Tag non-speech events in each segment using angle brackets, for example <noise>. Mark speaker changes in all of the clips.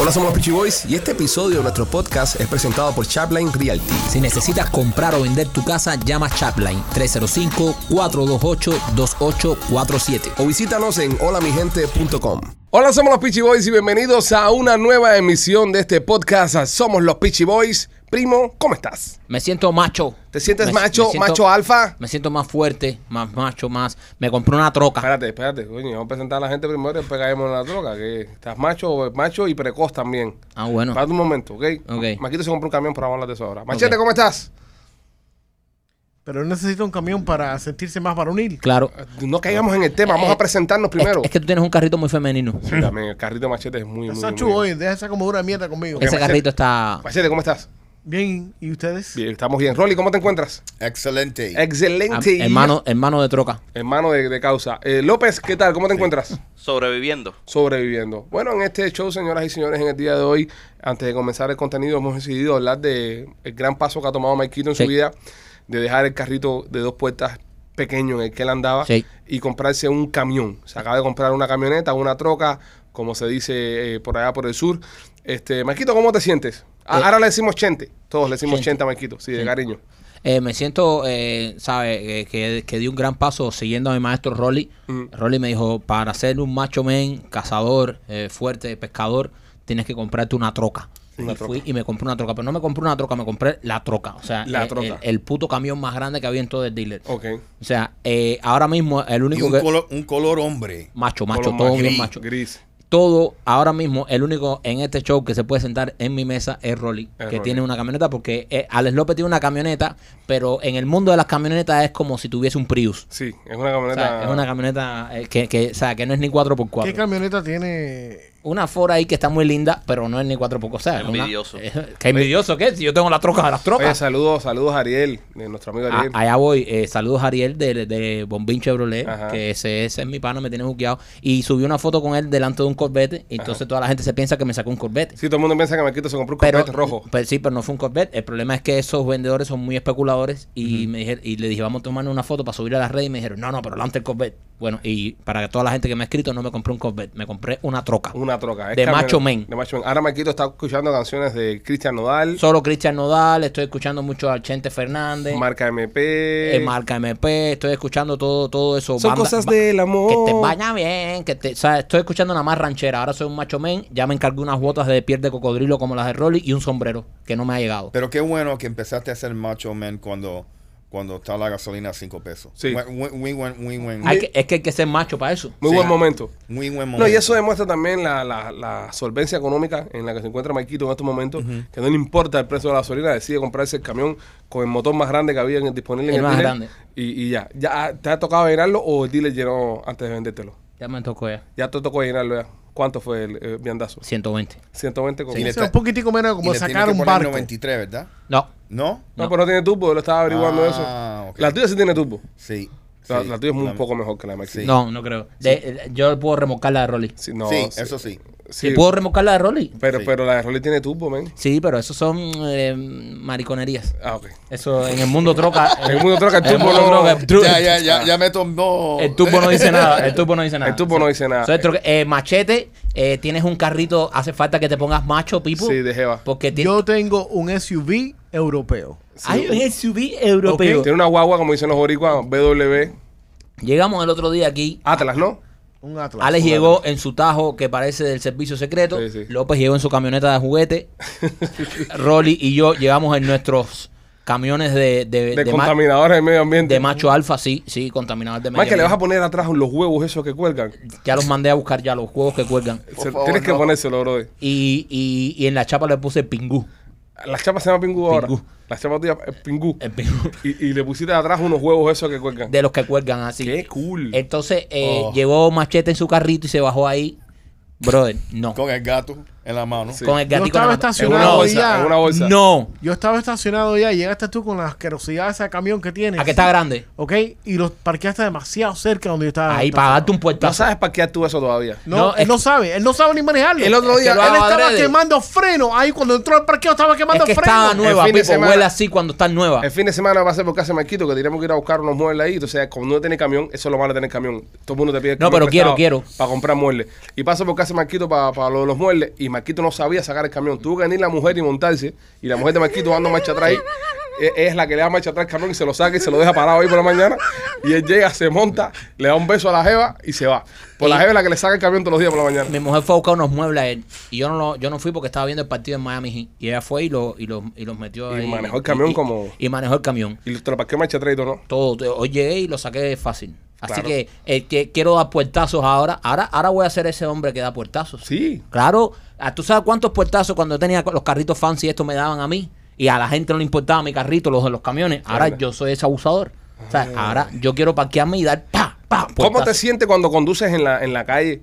Speaker 1: Hola, somos los Peachy Boys y este episodio de nuestro podcast es presentado por Chapline Realty.
Speaker 2: Si necesitas comprar o vender tu casa, llama Chapline 305-428-2847.
Speaker 1: O visítanos en holamigente.com. Hola, somos los Peachy Boys y bienvenidos a una nueva emisión de este podcast. Somos los Peachy Boys. Primo, ¿cómo estás?
Speaker 2: Me siento macho.
Speaker 1: ¿Te sientes
Speaker 2: Me-
Speaker 1: macho,
Speaker 2: me siento-
Speaker 1: macho alfa?
Speaker 2: Me siento más fuerte, más macho, más. Me compré una troca.
Speaker 1: Espérate, espérate, coño, vamos a presentar a la gente primero y después caemos en la droga, que estás macho, macho y precoz también.
Speaker 2: Ah, bueno.
Speaker 1: Espérate un momento, ¿ok?
Speaker 2: Ok.
Speaker 1: Maquito se compró un camión para hablar de eso ahora. Machete, ¿cómo estás?
Speaker 3: Pero él necesita un camión para sentirse más varonil.
Speaker 2: Claro.
Speaker 1: No caigamos en el tema, vamos a presentarnos primero.
Speaker 2: Eh, Es, es que tú tienes un carrito muy femenino.
Speaker 1: Sí, también, el carrito de machete es muy, muy, muy,
Speaker 3: Sachu,
Speaker 1: muy-
Speaker 3: oye, deja esa comodura de mierda conmigo.
Speaker 2: Ese
Speaker 1: Machete.
Speaker 2: carrito está.
Speaker 1: Machete, ¿cómo estás?
Speaker 3: Bien, ¿y ustedes?
Speaker 1: Bien, estamos bien. Rolly, ¿cómo te encuentras?
Speaker 4: Excelente.
Speaker 2: ah,
Speaker 1: Excelente.
Speaker 2: Hermano, hermano de troca.
Speaker 1: Hermano de, de causa. Eh, López, ¿qué tal? ¿Cómo te encuentras?
Speaker 5: sobreviviendo.
Speaker 1: Sobreviviendo. Bueno, en este show, señoras y señores, en el día de hoy, antes de comenzar el contenido, hemos decidido hablar de el gran paso que ha tomado Maikito en
Speaker 2: Sí.
Speaker 1: su vida, de dejar el carrito de dos puertas pequeño en el que él andaba
Speaker 2: Sí.
Speaker 1: y comprarse un camión. Se acaba de comprar una camioneta, una troca, como se dice eh, por allá por el sur. Este, Maikito, ¿cómo te sientes? A-
Speaker 2: Eh,
Speaker 1: Ahora le decimos chente. Todos le decimos
Speaker 2: Chente.
Speaker 1: chente a Maikito, sí, de cariño.
Speaker 2: Eh, me siento, eh, ¿sabes? Eh, que, que di un gran paso siguiendo a mi maestro Rolly.
Speaker 1: Mm.
Speaker 2: Rolly me dijo, para ser un macho men, cazador, eh, fuerte, pescador, tienes que comprarte una troca.
Speaker 1: Una
Speaker 2: y
Speaker 1: troca.
Speaker 2: fui y me compré una troca, pero no me compré una troca, me compré la troca. O sea,
Speaker 1: La
Speaker 2: eh,
Speaker 1: troca.
Speaker 2: El, el puto camión más grande que había en todo el dealer.
Speaker 1: Ok.
Speaker 2: O sea, eh, ahora mismo el
Speaker 4: Y
Speaker 2: único
Speaker 4: un
Speaker 2: que...
Speaker 4: color, un color hombre.
Speaker 2: Macho, macho,
Speaker 1: Color
Speaker 2: todo
Speaker 1: macho.
Speaker 2: bien
Speaker 4: Gris,
Speaker 2: macho.
Speaker 1: Gris.
Speaker 2: Todo, ahora mismo, el único en este show que se puede sentar en mi mesa es Rolly,
Speaker 1: Es
Speaker 2: que
Speaker 1: Rolly.
Speaker 2: tiene una camioneta, porque eh, Alex López tiene una camioneta, pero en el mundo de las camionetas es como si tuviese un Prius.
Speaker 1: Sí, es una
Speaker 2: O
Speaker 1: camioneta.
Speaker 2: sea, es una camioneta eh, que, que, o sea, que no es ni 4x4.
Speaker 3: ¿Qué camioneta tiene?
Speaker 2: una Ford ahí que está muy linda, pero no es ni 4x4. O sea, <laughs> es una-
Speaker 5: Envidioso.
Speaker 2: ¿Qué envidioso qué? Si yo tengo la troca de las
Speaker 1: Oye,
Speaker 2: trocas.
Speaker 1: saludos, saludos a Ariel, de nuestro amigo
Speaker 2: Ah,
Speaker 1: Ariel.
Speaker 2: allá voy. Eh, saludos a Ariel de, de Bombín Chevrolet,
Speaker 1: Ajá.
Speaker 2: que ese, ese es mi pana, me tiene juzgado. Y subí una foto con él delante de un Corvette, y entonces toda la gente se piensa que me sacó un Corvette.
Speaker 1: Sí, todo el mundo piensa que Marquito se compró un
Speaker 2: ah. Pero,
Speaker 1: Corvette rojo.
Speaker 2: pero sí, pero no fue un Corvette. El problema es que esos vendedores son muy especuladores y me dije, y le dije, vamos a tomarnos una foto para subir a las redes y me dijeron, no, no, pero delante el Corvette. Bueno, y para que toda la gente que me ha escrito no me compré un Corvette, me compré una troca.
Speaker 1: Una troca. es
Speaker 2: De
Speaker 1: camioneta-
Speaker 2: macho men.
Speaker 1: De macho men. Ahora Marquito está escuchando canciones de Cristian Nodal,
Speaker 2: Solo Cristian Nodal, estoy escuchando mucho a Chente Fernández,
Speaker 1: Marca MP.
Speaker 2: eh, Marca MP, estoy escuchando todo, todo eso.
Speaker 1: Son
Speaker 2: banda-
Speaker 1: cosas Oh.
Speaker 2: ba-
Speaker 1: del amor.
Speaker 2: Que te vaya bien, que te, o sea, estoy escuchando una más ranchera, ahora soy un macho men, ya me encargué unas botas de piel de cocodrilo como las de Rolly y un sombrero que no me ha llegado.
Speaker 4: Pero qué bueno que empezaste a ser macho man cuando, cuando está la gasolina a 5 pesos.
Speaker 1: Sí.
Speaker 4: Muy, muy- muy buen, muy buen,
Speaker 2: Hay que- es que hay que ser macho para eso.
Speaker 1: Muy
Speaker 4: Sí.
Speaker 1: buen momento.
Speaker 4: muy buen momento.
Speaker 1: No, y eso demuestra también la, la- la solvencia económica en la que se encuentra Marquito en estos momentos, que no le importa el precio de la gasolina, decide comprarse el camión con el motor más grande que había en el disponible en
Speaker 2: El
Speaker 1: el
Speaker 2: más
Speaker 1: dealer,
Speaker 2: grande.
Speaker 1: Y, y ya. ¿Ya te ha tocado llenarlo o el dealer llenó antes de vendértelo?
Speaker 2: Ya me tocó ya.
Speaker 1: Ya te tocó llenarlo ya. ¿Cuánto fue el eh, viandazo?
Speaker 2: 120.
Speaker 1: 120 con...
Speaker 4: Sí, le
Speaker 3: Ese
Speaker 4: tra-
Speaker 3: es un poquitico menos
Speaker 4: Y
Speaker 3: como
Speaker 4: le
Speaker 3: sacar
Speaker 4: tienen que
Speaker 3: un
Speaker 4: poner
Speaker 3: barco.
Speaker 4: 93, ¿verdad?
Speaker 2: No,
Speaker 4: ¿No?
Speaker 1: No,
Speaker 2: No.
Speaker 1: pero no tiene turbo, lo estaba averiguando
Speaker 4: Ah,
Speaker 1: eso.
Speaker 4: ok.
Speaker 1: La tuya sí tiene turbo.
Speaker 4: Sí.
Speaker 1: La,
Speaker 4: sí.
Speaker 1: la tuya es un
Speaker 4: La-
Speaker 1: poco mejor que la de Maxi.
Speaker 4: Sí.
Speaker 2: no, no creo. De- eh, yo puedo remolcar la de Rolly.
Speaker 1: Sí, no,
Speaker 4: sí, eso sí.
Speaker 1: sí,
Speaker 2: ¿Sí ¿Puedo remolcar la de Rolly?
Speaker 1: Pero,
Speaker 4: Sí.
Speaker 1: pero la de Rolly tiene turbo, men.
Speaker 2: Sí, pero eso son eh, mariconerías.
Speaker 1: Ah, ok.
Speaker 2: Eso en el mundo troca.
Speaker 1: <laughs> En el mundo troca, el turbo
Speaker 2: mundo
Speaker 1: no-
Speaker 2: troca, el tru-
Speaker 4: Ya, ya, ya, ya me tomó.
Speaker 2: El tubo no dice nada. El tubo no dice nada.
Speaker 1: El turbo no dice nada.
Speaker 2: Eso es troca. Eh, machete, eh, tienes un carrito, hace falta que te pongas macho, Pipo.
Speaker 1: Sí, de jeva.
Speaker 2: Porque tiene.
Speaker 3: Yo tengo un SUV europeo.
Speaker 2: Hay un SUV europeo.
Speaker 1: Tiene una guagua, como dicen los boricuas, BW.
Speaker 2: Llegamos el otro día aquí.
Speaker 1: Atlas, ¿no?
Speaker 3: Un Atlas.
Speaker 2: Alex llegó en su tajo que parece del servicio secreto.
Speaker 1: Sí, sí.
Speaker 2: López llegó en su camioneta de
Speaker 1: <laughs>
Speaker 2: juguete. Rolly y yo llegamos en nuestros camiones de, de,
Speaker 1: De,
Speaker 2: de ma-
Speaker 1: contaminadores del medio ambiente.
Speaker 2: de macho alfa, sí, sí, contaminadores de medio
Speaker 1: Más que le vas a
Speaker 2: ambiente.
Speaker 1: poner atrás los huevos esos que cuelgan.
Speaker 2: Ya los mandé a buscar ya los juegos que cuelgan.
Speaker 1: Se-
Speaker 4: favor,
Speaker 1: tienes que
Speaker 4: no.
Speaker 1: ponérselo, brother.
Speaker 2: Y, y, y en la chapa le puse pingú.
Speaker 1: La chapa se llama Pingú ahora.
Speaker 2: Pingú.
Speaker 1: La chapa tuya es eh, Pingú. <laughs>
Speaker 2: El pingú.
Speaker 1: Y, y le pusiste atrás unos huevos esos que cuelgan.
Speaker 2: De los que cuelgan así.
Speaker 1: Qué cool.
Speaker 2: Entonces eh,
Speaker 4: Oh.
Speaker 2: llevó machete en su carrito y se bajó ahí. Brother, no. Con,
Speaker 4: Con el gato en la mano.
Speaker 1: Sí.
Speaker 2: el
Speaker 3: Yo
Speaker 2: gatito.
Speaker 3: estaba
Speaker 2: en la mano.
Speaker 1: en una
Speaker 3: estacionado
Speaker 1: bolsa,
Speaker 3: ya.
Speaker 1: en una bolsa.
Speaker 2: No.
Speaker 3: Yo estaba estacionado ya. Llegaste tú con la asquerosidad de ese camión que tienes.
Speaker 2: ¿A que está grande?
Speaker 3: Ok, y los parqueaste demasiado cerca donde yo estaba.
Speaker 2: Ahí, para
Speaker 3: estacionado.
Speaker 2: darte un
Speaker 1: No
Speaker 2: puertazo.
Speaker 1: sabes parquear tú eso todavía.
Speaker 3: No,
Speaker 2: No,
Speaker 3: él
Speaker 2: es
Speaker 3: no
Speaker 2: que-
Speaker 3: sabe, él no sabe ni manejar.
Speaker 1: El otro día-
Speaker 3: él
Speaker 1: lo hago
Speaker 3: estaba
Speaker 2: adrede.
Speaker 3: quemando freno. Ahí cuando entró al parqueo estaba
Speaker 2: Es
Speaker 3: quemando
Speaker 2: que
Speaker 3: freno.
Speaker 2: está nueva,
Speaker 1: El fin de
Speaker 2: Pipo.
Speaker 1: semana-
Speaker 2: Huele así cuando está nueva.
Speaker 1: El fin de semana va a ser por casa de Marquito, que teníamos que ir a buscar unos muebles ahí. Entonces, como no tiene camión, eso es lo malo de tener camión. Todo el mundo te pide.
Speaker 2: No, pero quiero, quiero.
Speaker 1: Para comprar muebles. Y paso por casa de Marquito para lo de los muebles. Y Marquito no sabía sacar el camión. Tuvo que venir la mujer y montarse. Y la mujer de Marquito dando marcha atrás
Speaker 2: <laughs>
Speaker 1: ahí. e- Es la que le da marcha atrás al camión y se lo saca y se lo deja parado ahí por la mañana. Y él llega, se monta, le da un beso a la jeva y se va. Por la jeva es la que le saca el camión todos los días por la mañana.
Speaker 2: Mi mujer fue a buscar unos muebles a él. Y yo no, lo- yo no fui porque estaba viendo el partido en Miami Heat. Y ella fue y, lo- y, los- y los metió
Speaker 1: Y
Speaker 2: ahí.
Speaker 1: manejó el camión
Speaker 2: y-
Speaker 1: como-
Speaker 2: Y manejó el camión.
Speaker 1: Y te lo parqueó marcha atrás y todo, ¿no?
Speaker 2: Todo, te- hoy llegué y lo saqué fácil. Así
Speaker 1: Claro.
Speaker 2: que, eh, que quiero dar puertazos ahora. ahora. Ahora voy a ser ese hombre que da puertazos.
Speaker 1: Sí.
Speaker 2: Claro, ah, tú sabes cuántos puertazos cuando tenía los carritos fancy esto me daban a mí y a la gente no le importaba mi carrito, los de los camiones. Ahora
Speaker 1: Anda.
Speaker 2: yo soy ese abusador. O sea, ahora yo quiero parquearme y dar pa, pa.
Speaker 1: Ah. ¿Cómo te
Speaker 2: puertazo.
Speaker 1: sientes cuando conduces en la, en la calle?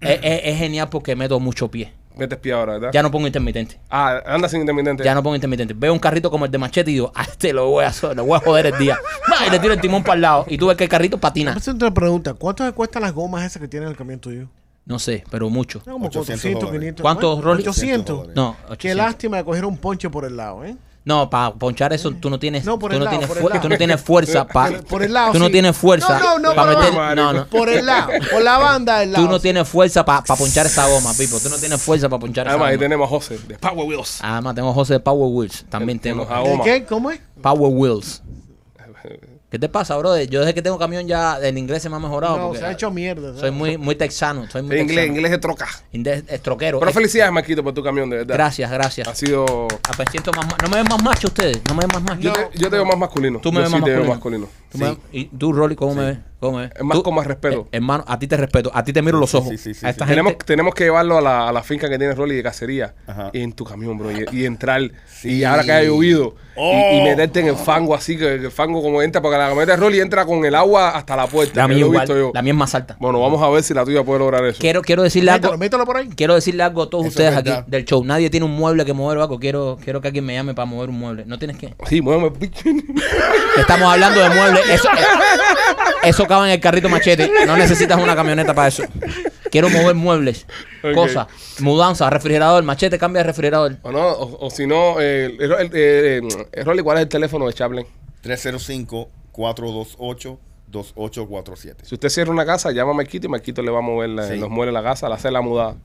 Speaker 2: es, es- es genial porque meto mucho pie.
Speaker 1: Vete espía ahora, ¿verdad?
Speaker 2: Ya no pongo intermitente.
Speaker 1: Ah, anda sin intermitente.
Speaker 2: Ya no pongo intermitente. Veo un carrito como el de Machete y digo, a este lo voy a, so- lo voy a joder el día. Y le tiro el timón para el lado. Y tú ves que el carrito patina.
Speaker 3: Vamos a hacer otra pregunta. ¿Cuánto te cuestan las gomas esas que tiene el camión tuyo?
Speaker 2: No sé, pero mucho.
Speaker 3: No, como
Speaker 4: 800
Speaker 3: 400,
Speaker 4: dólares.
Speaker 3: 500.
Speaker 2: ¿Cuántos,
Speaker 3: ¿cuánto?
Speaker 2: Rolly?
Speaker 3: 800.
Speaker 4: 800
Speaker 2: No,
Speaker 3: Qué
Speaker 2: 800.
Speaker 3: lástima de coger un ponche por el lado, ¿eh?
Speaker 2: No, para ponchar eso tú no tienes,
Speaker 3: No, por
Speaker 2: tú
Speaker 3: el
Speaker 2: no
Speaker 3: lado,
Speaker 2: tienes,
Speaker 3: por el
Speaker 2: fuer-
Speaker 3: lado.
Speaker 2: tú no tienes fuerza para,
Speaker 3: Por el lado,
Speaker 2: tú no
Speaker 3: sí.
Speaker 2: tienes fuerza
Speaker 3: No, no, no,
Speaker 2: para
Speaker 3: por el
Speaker 2: meter,
Speaker 3: lado.
Speaker 2: no, no,
Speaker 3: Por el lado, por la banda del lado.
Speaker 2: tú no tienes fuerza para ponchar esa goma, Pipo, tú no tienes fuerza para ponchar esa
Speaker 1: Además, ahí
Speaker 2: goma.
Speaker 1: tenemos a José, de Power Wheels.
Speaker 2: Además tengo a José de Power Wheels, también
Speaker 1: El-
Speaker 2: tengo
Speaker 1: el jabón.
Speaker 3: ¿De qué? ¿Cómo es?
Speaker 2: Power
Speaker 1: <laughs>
Speaker 2: Wheels. ¿Qué te pasa, brother? Yo desde que tengo camión ya el inglés se me ha mejorado.
Speaker 3: No,
Speaker 2: porque
Speaker 3: se ha hecho mierda. ¿sabes?
Speaker 2: Soy muy, muy texano, soy muy
Speaker 1: En inglés,
Speaker 2: texano.
Speaker 1: inglés de troca.
Speaker 2: Inde- es troquero.
Speaker 1: Pero
Speaker 2: Es-
Speaker 1: felicidades, Marquito, por tu camión, de verdad.
Speaker 2: gracias,
Speaker 1: Ha
Speaker 2: gracias.
Speaker 1: sido.
Speaker 2: Ah, pues siento más ma- no me ven más macho ustedes, no me ven más macho.
Speaker 1: Yo, te, yo te veo más masculino.
Speaker 2: Tú me
Speaker 1: Yo
Speaker 2: ves
Speaker 1: sí
Speaker 2: más
Speaker 1: te veo
Speaker 2: masculino. Tú me-
Speaker 4: Sí.
Speaker 2: ¿Y tú, Rolly, cómo me ves? ¿Cómo me ves?
Speaker 1: Es más
Speaker 2: Tú-
Speaker 1: con más respeto.
Speaker 2: eh, hermano, a ti te respeto. A ti te miro los ojos.
Speaker 4: sí, sí, sí,
Speaker 2: a esta
Speaker 4: sí.
Speaker 2: gente-
Speaker 1: Tenemos, tenemos que llevarlo a la, a la finca que tiene Rolly de cacería
Speaker 4: Ajá.
Speaker 1: en tu camión, bro. Y, y entrar.
Speaker 4: Sí.
Speaker 1: Y ahora que ha llovido.
Speaker 4: Oh.
Speaker 1: Y, y meterte en el fango así, que el fango como entra. Porque la camioneta de Rolly entra con el agua hasta la puerta.
Speaker 2: la
Speaker 1: que
Speaker 2: mía
Speaker 1: lo he
Speaker 2: igual.
Speaker 1: visto yo.
Speaker 2: La mía es más alta.
Speaker 1: Bueno, vamos a ver si la tuya puede lograr eso.
Speaker 2: Quiero, quiero decirle
Speaker 3: Métalo,
Speaker 2: algo.
Speaker 3: métalo por ahí.
Speaker 2: Quiero decirle algo a todos
Speaker 4: Eso es
Speaker 2: ustedes aquí
Speaker 4: verdad.
Speaker 2: del show. Nadie tiene un mueble que mover, Baco. Quiero, quiero que alguien me llame para mover un mueble. No tienes que.
Speaker 1: Sí, muéveme. Bueno,
Speaker 2: Estamos hablando de muebles. Eso, eh, eso cabe en el carrito machete. No necesitas una camioneta para eso. Quiero mover muebles,
Speaker 1: Ok.
Speaker 2: cosas, mudanza, refrigerador, machete, cambia de refrigerador.
Speaker 1: O, no, o, o si no, eh, el- el- el- el- Rolly, ¿cuál es el teléfono de Chaplin?
Speaker 4: 305-428-2847.
Speaker 1: Si usted cierra una casa, llama a Marquito y Marquito le va a mover, la-
Speaker 4: Sí.
Speaker 1: nos muere la casa, la hace la mudada.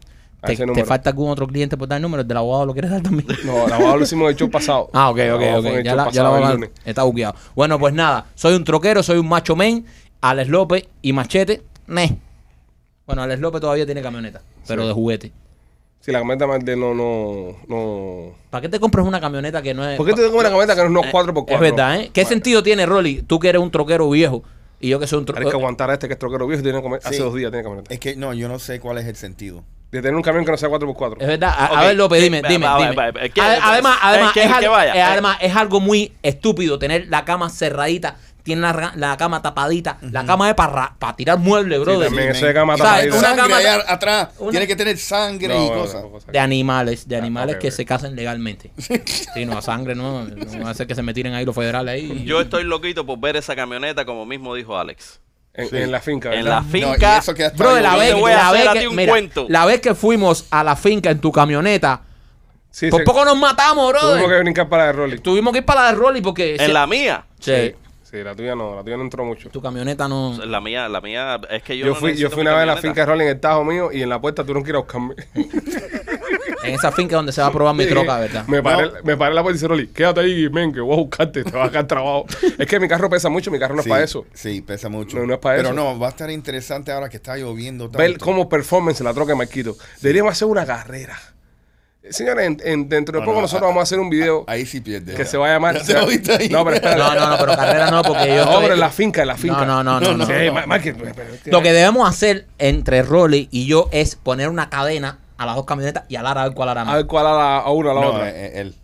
Speaker 1: A
Speaker 2: ¿Te,
Speaker 1: ese
Speaker 2: te
Speaker 1: número.
Speaker 2: falta algún otro cliente por dar el número? ¿El del abogado lo quieres dar también?
Speaker 1: No, la abogada lo hicimos el show pasado.
Speaker 2: Ah, ok, ok,
Speaker 1: La abogada
Speaker 2: ok.
Speaker 1: fue en el
Speaker 2: Ya
Speaker 1: show
Speaker 2: la, ya la
Speaker 1: pasado, el
Speaker 2: voy a-
Speaker 1: lunes.
Speaker 2: Está buqueado. Bueno, pues nada. Soy un troquero, soy un macho men. Alex López y Machete, ne. Bueno, Alex López todavía tiene camioneta, pero de juguete.
Speaker 1: Si la camioneta más de no, no, no.
Speaker 2: ¿Para qué te compras una camioneta que no es...?
Speaker 1: ¿Por qué te tengo una camioneta que no es 4x4?
Speaker 2: Es verdad, ¿eh? ¿Qué sentido tiene, Rolly? Tú que eres un troquero viejo y yo que soy un eh,
Speaker 1: Tienes que
Speaker 2: troquero...
Speaker 1: aguantar a este que es troquero viejo. y Tiene cami- Hace
Speaker 4: Sí.
Speaker 1: dos días tiene camioneta.
Speaker 4: Es que no, yo no sé cuál es el sentido.
Speaker 1: De tener un camión que no sea 4x4.
Speaker 2: Es verdad. A, a
Speaker 5: Ok,
Speaker 2: ver, López,
Speaker 5: ¿qué-
Speaker 2: dime,
Speaker 5: va,
Speaker 2: dime,
Speaker 5: va, va,
Speaker 2: dime.
Speaker 5: va, va, ¿qué-
Speaker 2: Ad- además,
Speaker 5: eh,
Speaker 2: además,
Speaker 5: ¿qué-
Speaker 2: es, al-
Speaker 5: qué vaya?
Speaker 2: eh,
Speaker 5: Eh.
Speaker 2: además, es algo muy estúpido tener la cama cerradita, tiene la, ra- la cama tapadita. La cama es para tirar muebles,
Speaker 1: Sí,
Speaker 2: brother.
Speaker 1: también
Speaker 4: Sí,
Speaker 1: eso
Speaker 4: men.
Speaker 1: de cama
Speaker 2: O sea,
Speaker 1: tapadita.
Speaker 2: una-
Speaker 4: sangre
Speaker 2: cama-
Speaker 4: allá atrás.
Speaker 2: una-
Speaker 4: Tiene que tener sangre
Speaker 1: No,
Speaker 4: y
Speaker 1: no, no,
Speaker 4: cosas.
Speaker 1: no, no.
Speaker 2: De animales, de
Speaker 1: Ah,
Speaker 2: animales
Speaker 1: ok,
Speaker 2: que
Speaker 1: ok.
Speaker 2: se casan
Speaker 5: <laughs>
Speaker 2: legalmente. Sí, no, a sangre no. No va a ser que se me tiren ahí los federales ahí.
Speaker 5: Yo estoy loquito por ver esa camioneta, como mismo dijo Alex.
Speaker 1: En,
Speaker 4: Sí.
Speaker 1: en la finca.
Speaker 5: En
Speaker 1: ¿verdad?
Speaker 5: la
Speaker 4: No, y
Speaker 5: finca.
Speaker 4: eso que hasta
Speaker 2: Bro, la
Speaker 5: Yo
Speaker 2: vez,
Speaker 5: te voy a
Speaker 2: la,
Speaker 5: hacer
Speaker 2: vez
Speaker 5: a ti
Speaker 2: que,
Speaker 5: un
Speaker 2: mira,
Speaker 5: cuento.
Speaker 2: la vez que fuimos a la finca en tu camioneta,
Speaker 1: Sí,
Speaker 2: por
Speaker 1: sí.
Speaker 2: poco nos matamos,
Speaker 1: Tuvimos que
Speaker 2: bro.
Speaker 1: brincar para de Rolly.
Speaker 2: Tuvimos que ir para la de Rolly porque
Speaker 5: En
Speaker 2: se-
Speaker 5: la mía.
Speaker 2: Sí,
Speaker 1: Sí, la tuya no. La tuya no entró mucho.
Speaker 2: tu camioneta no.
Speaker 5: La mía, la mía. Es que yo.
Speaker 1: Yo,
Speaker 5: no
Speaker 1: fui, yo
Speaker 5: necesito
Speaker 1: fui
Speaker 5: mi
Speaker 1: una vez a la finca de
Speaker 5: camioneta.
Speaker 1: Rolly en el Tajo mío y en la puerta tuvieron que ir a buscarme.
Speaker 2: En esa finca donde se va a probar mi troca, ¿verdad?
Speaker 1: <laughs> Me paré, me paré en la puerta y dice Rolly, quédate ahí, men, que voy a buscarte, te vas a dar trabajo. es que mi carro pesa mucho, mi carro no es
Speaker 4: Sí,
Speaker 1: para eso.
Speaker 4: Sí, pesa mucho.
Speaker 1: No, no es para
Speaker 4: Pero
Speaker 1: eso.
Speaker 4: no, va a estar interesante ahora que está lloviendo. Tanto.
Speaker 1: Ver cómo performance la troca de Marquito. Deberíamos hacer una carrera. Eh, Señores, en- en- dentro de
Speaker 4: No,
Speaker 1: poco
Speaker 4: no,
Speaker 1: nosotros
Speaker 4: a-
Speaker 1: vamos a hacer un video
Speaker 4: Ahí sí pierde.
Speaker 1: que se va a llamar.
Speaker 4: <laughs> Ya te lo viste ahí.
Speaker 1: No, pero espera.
Speaker 2: No, no, no, pero carrera no, porque yo.
Speaker 1: No,
Speaker 2: estoy-
Speaker 1: pero en la finca, en la finca.
Speaker 2: No, no, no, no, no.
Speaker 1: Sí, Ma- Marquito, pero- pero-
Speaker 2: Lo que debemos hacer entre Rolly y yo es poner una cadena a las dos camionetas y alar a ver cuál hará
Speaker 1: A
Speaker 2: más.
Speaker 1: ver cuál a la, a una o la
Speaker 4: No,
Speaker 1: otra.
Speaker 4: eh, eh, él.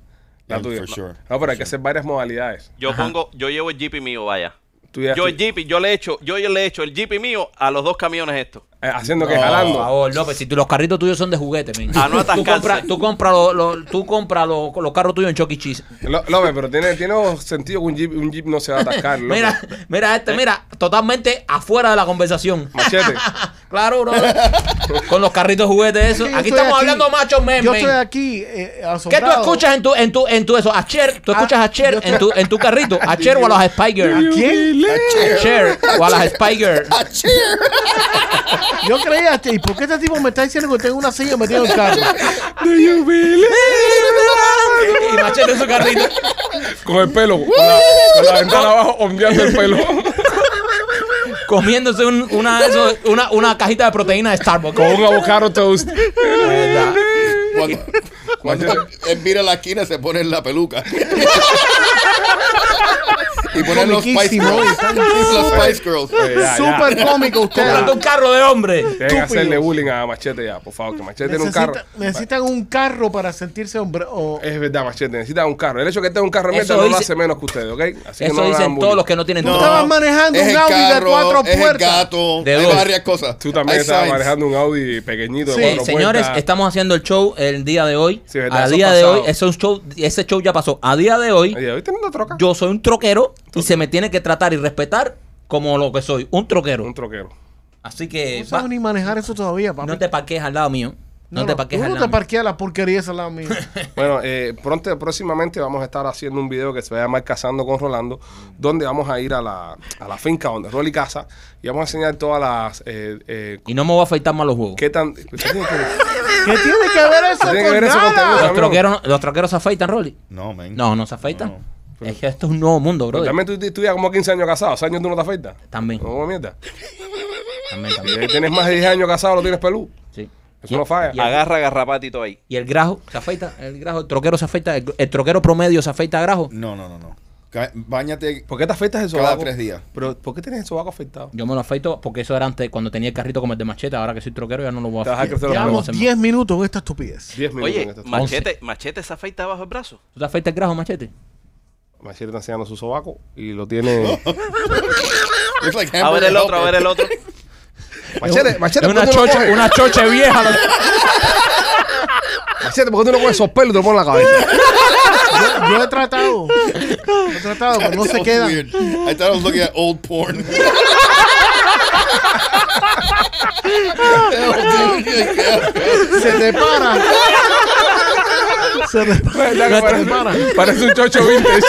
Speaker 1: la
Speaker 4: Él,
Speaker 1: tuya.
Speaker 4: for sure,
Speaker 1: no,
Speaker 4: for
Speaker 1: pero hay que
Speaker 4: sure.
Speaker 1: hacer varias modalidades.
Speaker 5: Yo pongo. Yo llevo el jeepy mío, vaya.
Speaker 1: Tú ya
Speaker 5: Yo el
Speaker 1: estoy-
Speaker 5: jeepy, yo le echo, yo le echo el jeepy mío a los dos camiones estos.
Speaker 1: eh, haciendo que
Speaker 4: No.
Speaker 2: Por
Speaker 1: jalando.
Speaker 2: favor, López, si tú- los carritos tuyos son de juguete, men.
Speaker 5: Ah, no
Speaker 2: tú
Speaker 5: atascarse.
Speaker 2: compras tú compra lo- lo- tú compra lo- los carros tuyos en Chucky Cheese.
Speaker 1: Lo- López, pero tiene, tiene sentido que un jeep, un jeep no se va a atascar. López.
Speaker 2: Mira, mira este, mira, totalmente afuera de la conversación.
Speaker 1: Machete.
Speaker 2: <laughs> Claro, bro. Con los carritos juguetes, eso.
Speaker 3: Es que yo
Speaker 2: Aquí
Speaker 3: estoy
Speaker 2: estamos hablando machos, men,
Speaker 3: Yo
Speaker 2: men.
Speaker 3: estoy aquí eh,
Speaker 2: ¿Qué tú
Speaker 3: asombrado. Ah,
Speaker 2: escuchas en tu, en tu, en tu eso? A Cher, tú escuchas a Cher en tu, en tu carrito, a Cher o a los Spiker.
Speaker 3: ¿A quién?
Speaker 2: A Cher o a las Spiker.
Speaker 3: Yo creía, este, ¿y por qué este tipo me está diciendo que tengo una silla metida en el carro?
Speaker 2: Y machete en su carrito.
Speaker 1: Con el pelo. Con la, con la
Speaker 2: <laughs>
Speaker 1: ventana abajo, ondeando el pelo.
Speaker 2: Comiéndose un- una, eso, una, una cajita de proteína de Starbucks.
Speaker 1: con un avocado toast.
Speaker 2: ¿Verdad?
Speaker 4: Cuando,
Speaker 1: <laughs>
Speaker 4: cuando él mira la esquina se pone la peluca. y pone los Spice
Speaker 3: Comiquísimo,
Speaker 4: Girls.
Speaker 3: está
Speaker 4: <laughs> los Spice Girls.
Speaker 1: Ya, ya.
Speaker 3: Súper cómico usted.
Speaker 2: Comprando un carro de hombre.
Speaker 1: Deben hacerle
Speaker 3: estúpidos.
Speaker 1: bullying a Machete ya, por favor, que Machete tiene un carro.
Speaker 3: Necesita- necesitan un carro para sentirse hombre. o-
Speaker 2: Eh,
Speaker 1: Es verdad, Machete, necesita un carro. El hecho de que esté un carro de mierda
Speaker 2: Eso
Speaker 1: no lo
Speaker 2: dice-
Speaker 1: hace menos que ustedes, ¿ok? Así que
Speaker 2: Eso
Speaker 1: no le hagan
Speaker 2: dicen
Speaker 1: bullying.
Speaker 2: todos los que no tienen
Speaker 3: Tú
Speaker 2: todo.
Speaker 3: estabas manejando
Speaker 4: Es
Speaker 3: un
Speaker 4: el
Speaker 3: Audi de
Speaker 4: carro,
Speaker 3: cuatro
Speaker 4: es el
Speaker 3: puertas.
Speaker 4: gato,
Speaker 2: De
Speaker 4: hay
Speaker 2: dos.
Speaker 4: varias cosas.
Speaker 1: Tú también
Speaker 4: Hay
Speaker 1: estabas
Speaker 4: signs.
Speaker 1: manejando un Audi pequeñito
Speaker 3: Sí,
Speaker 1: de cuatro
Speaker 2: Eh, Señores,
Speaker 1: puertas.
Speaker 2: estamos haciendo el show el día de hoy.
Speaker 1: pues Sí, verdad,
Speaker 2: a
Speaker 1: eso
Speaker 2: día
Speaker 1: ha
Speaker 2: de
Speaker 1: pasado.
Speaker 2: hoy, ese, es un show, ese show ya pasó. A día de hoy,
Speaker 1: Oye, hoy teniendo troca.
Speaker 2: yo soy un troquero y se me tiene que tratar y respetar como lo que soy, un troquero.
Speaker 1: Un troquero.
Speaker 2: Así que
Speaker 3: No
Speaker 2: va-
Speaker 3: sabes ni manejar eso todavía, papi.
Speaker 2: no te parques al lado mío. No, te parques
Speaker 3: tú
Speaker 2: al
Speaker 3: no
Speaker 2: lado
Speaker 3: te
Speaker 2: mío.
Speaker 3: parqueas la porquería esa al
Speaker 2: <laughs>
Speaker 3: lado mío.
Speaker 1: Bueno, eh, pronto, próximamente vamos a estar haciendo un video que se va a llamar Cazando con Rolando, donde vamos a ir a la, a la finca donde Rolly caza y vamos a enseñar todas las... Eh, eh,
Speaker 2: Y no me voy a afeitar más los huevos.
Speaker 1: ¿Qué tan...? ¿Qué tiene
Speaker 2: <laughs>
Speaker 1: que-
Speaker 3: ¿Qué tiene que ver eso
Speaker 1: Tiene que
Speaker 3: con
Speaker 1: ver eso con
Speaker 3: nada?
Speaker 1: tener-
Speaker 2: Los troqueros, no- los troqueros se afeitan, Rolly.
Speaker 4: No, man.
Speaker 2: No, no se afeitan.
Speaker 4: No,
Speaker 2: Es que esto es un nuevo mundo, bro. También.
Speaker 1: También tú, tú ya como 15 años casado, ¿Hace años tú no te afeitas?
Speaker 2: También,
Speaker 1: No, mierda.
Speaker 2: también,
Speaker 1: Y ahí tienes más de 10 años casado, lo tienes pelú.
Speaker 2: Sí.
Speaker 1: Eso no falla.
Speaker 2: y-
Speaker 5: Agarra garrapatito ahí.
Speaker 2: Y el grajo se afeita, el grajo, el troquero se afeita, el, el troquero promedio se afeita a grajo.
Speaker 4: No, no, no, no. Ca- Báñate.
Speaker 1: ¿Por qué te afeitas el
Speaker 4: Cada
Speaker 1: sobaco?
Speaker 4: tres días.
Speaker 1: Pero, ¿por qué tienes el sobaco afeitado?
Speaker 2: Yo me lo afeito porque eso era antes cuando tenía el carrito como el de machete, ahora que soy troquero ya no lo voy
Speaker 1: Te
Speaker 2: a
Speaker 1: vas a
Speaker 2: afeitar.
Speaker 1: crecer los
Speaker 2: Ya no lo voy a
Speaker 1: huevos.
Speaker 3: Llevamos
Speaker 2: hacer
Speaker 3: 10 minutos con esta estupidez.
Speaker 1: 10 minutos en
Speaker 5: Oye,
Speaker 4: este
Speaker 1: esta
Speaker 2: ma-
Speaker 5: machete, machete se afeita bajo el brazo.
Speaker 2: más. ¿Tú te afeitas el grajo, machete?
Speaker 1: Machete está enseñando su sobaco y lo
Speaker 4: <laughs>
Speaker 1: tiene...
Speaker 4: It's like
Speaker 5: A ver
Speaker 4: hamburger
Speaker 5: el otro, a
Speaker 4: helper.
Speaker 5: ver
Speaker 1: <laughs>
Speaker 5: el otro.
Speaker 1: Machete, machete,
Speaker 2: Es
Speaker 1: ¿por qué
Speaker 2: una
Speaker 1: tú no
Speaker 2: choche,
Speaker 1: coges-
Speaker 2: una choche vieja.
Speaker 1: Machete, ¿por qué tú no coges esos pelos y te lo pones en la cabeza?
Speaker 3: Yo, yo he tratado. He tratado, pero no
Speaker 4: <laughs> That
Speaker 3: se
Speaker 4: was
Speaker 3: queda.
Speaker 4: weird. I thought I was looking at old porn. <laughs>
Speaker 3: Se te para. Se te para.
Speaker 1: Pues, parece, parece un chocho vintage.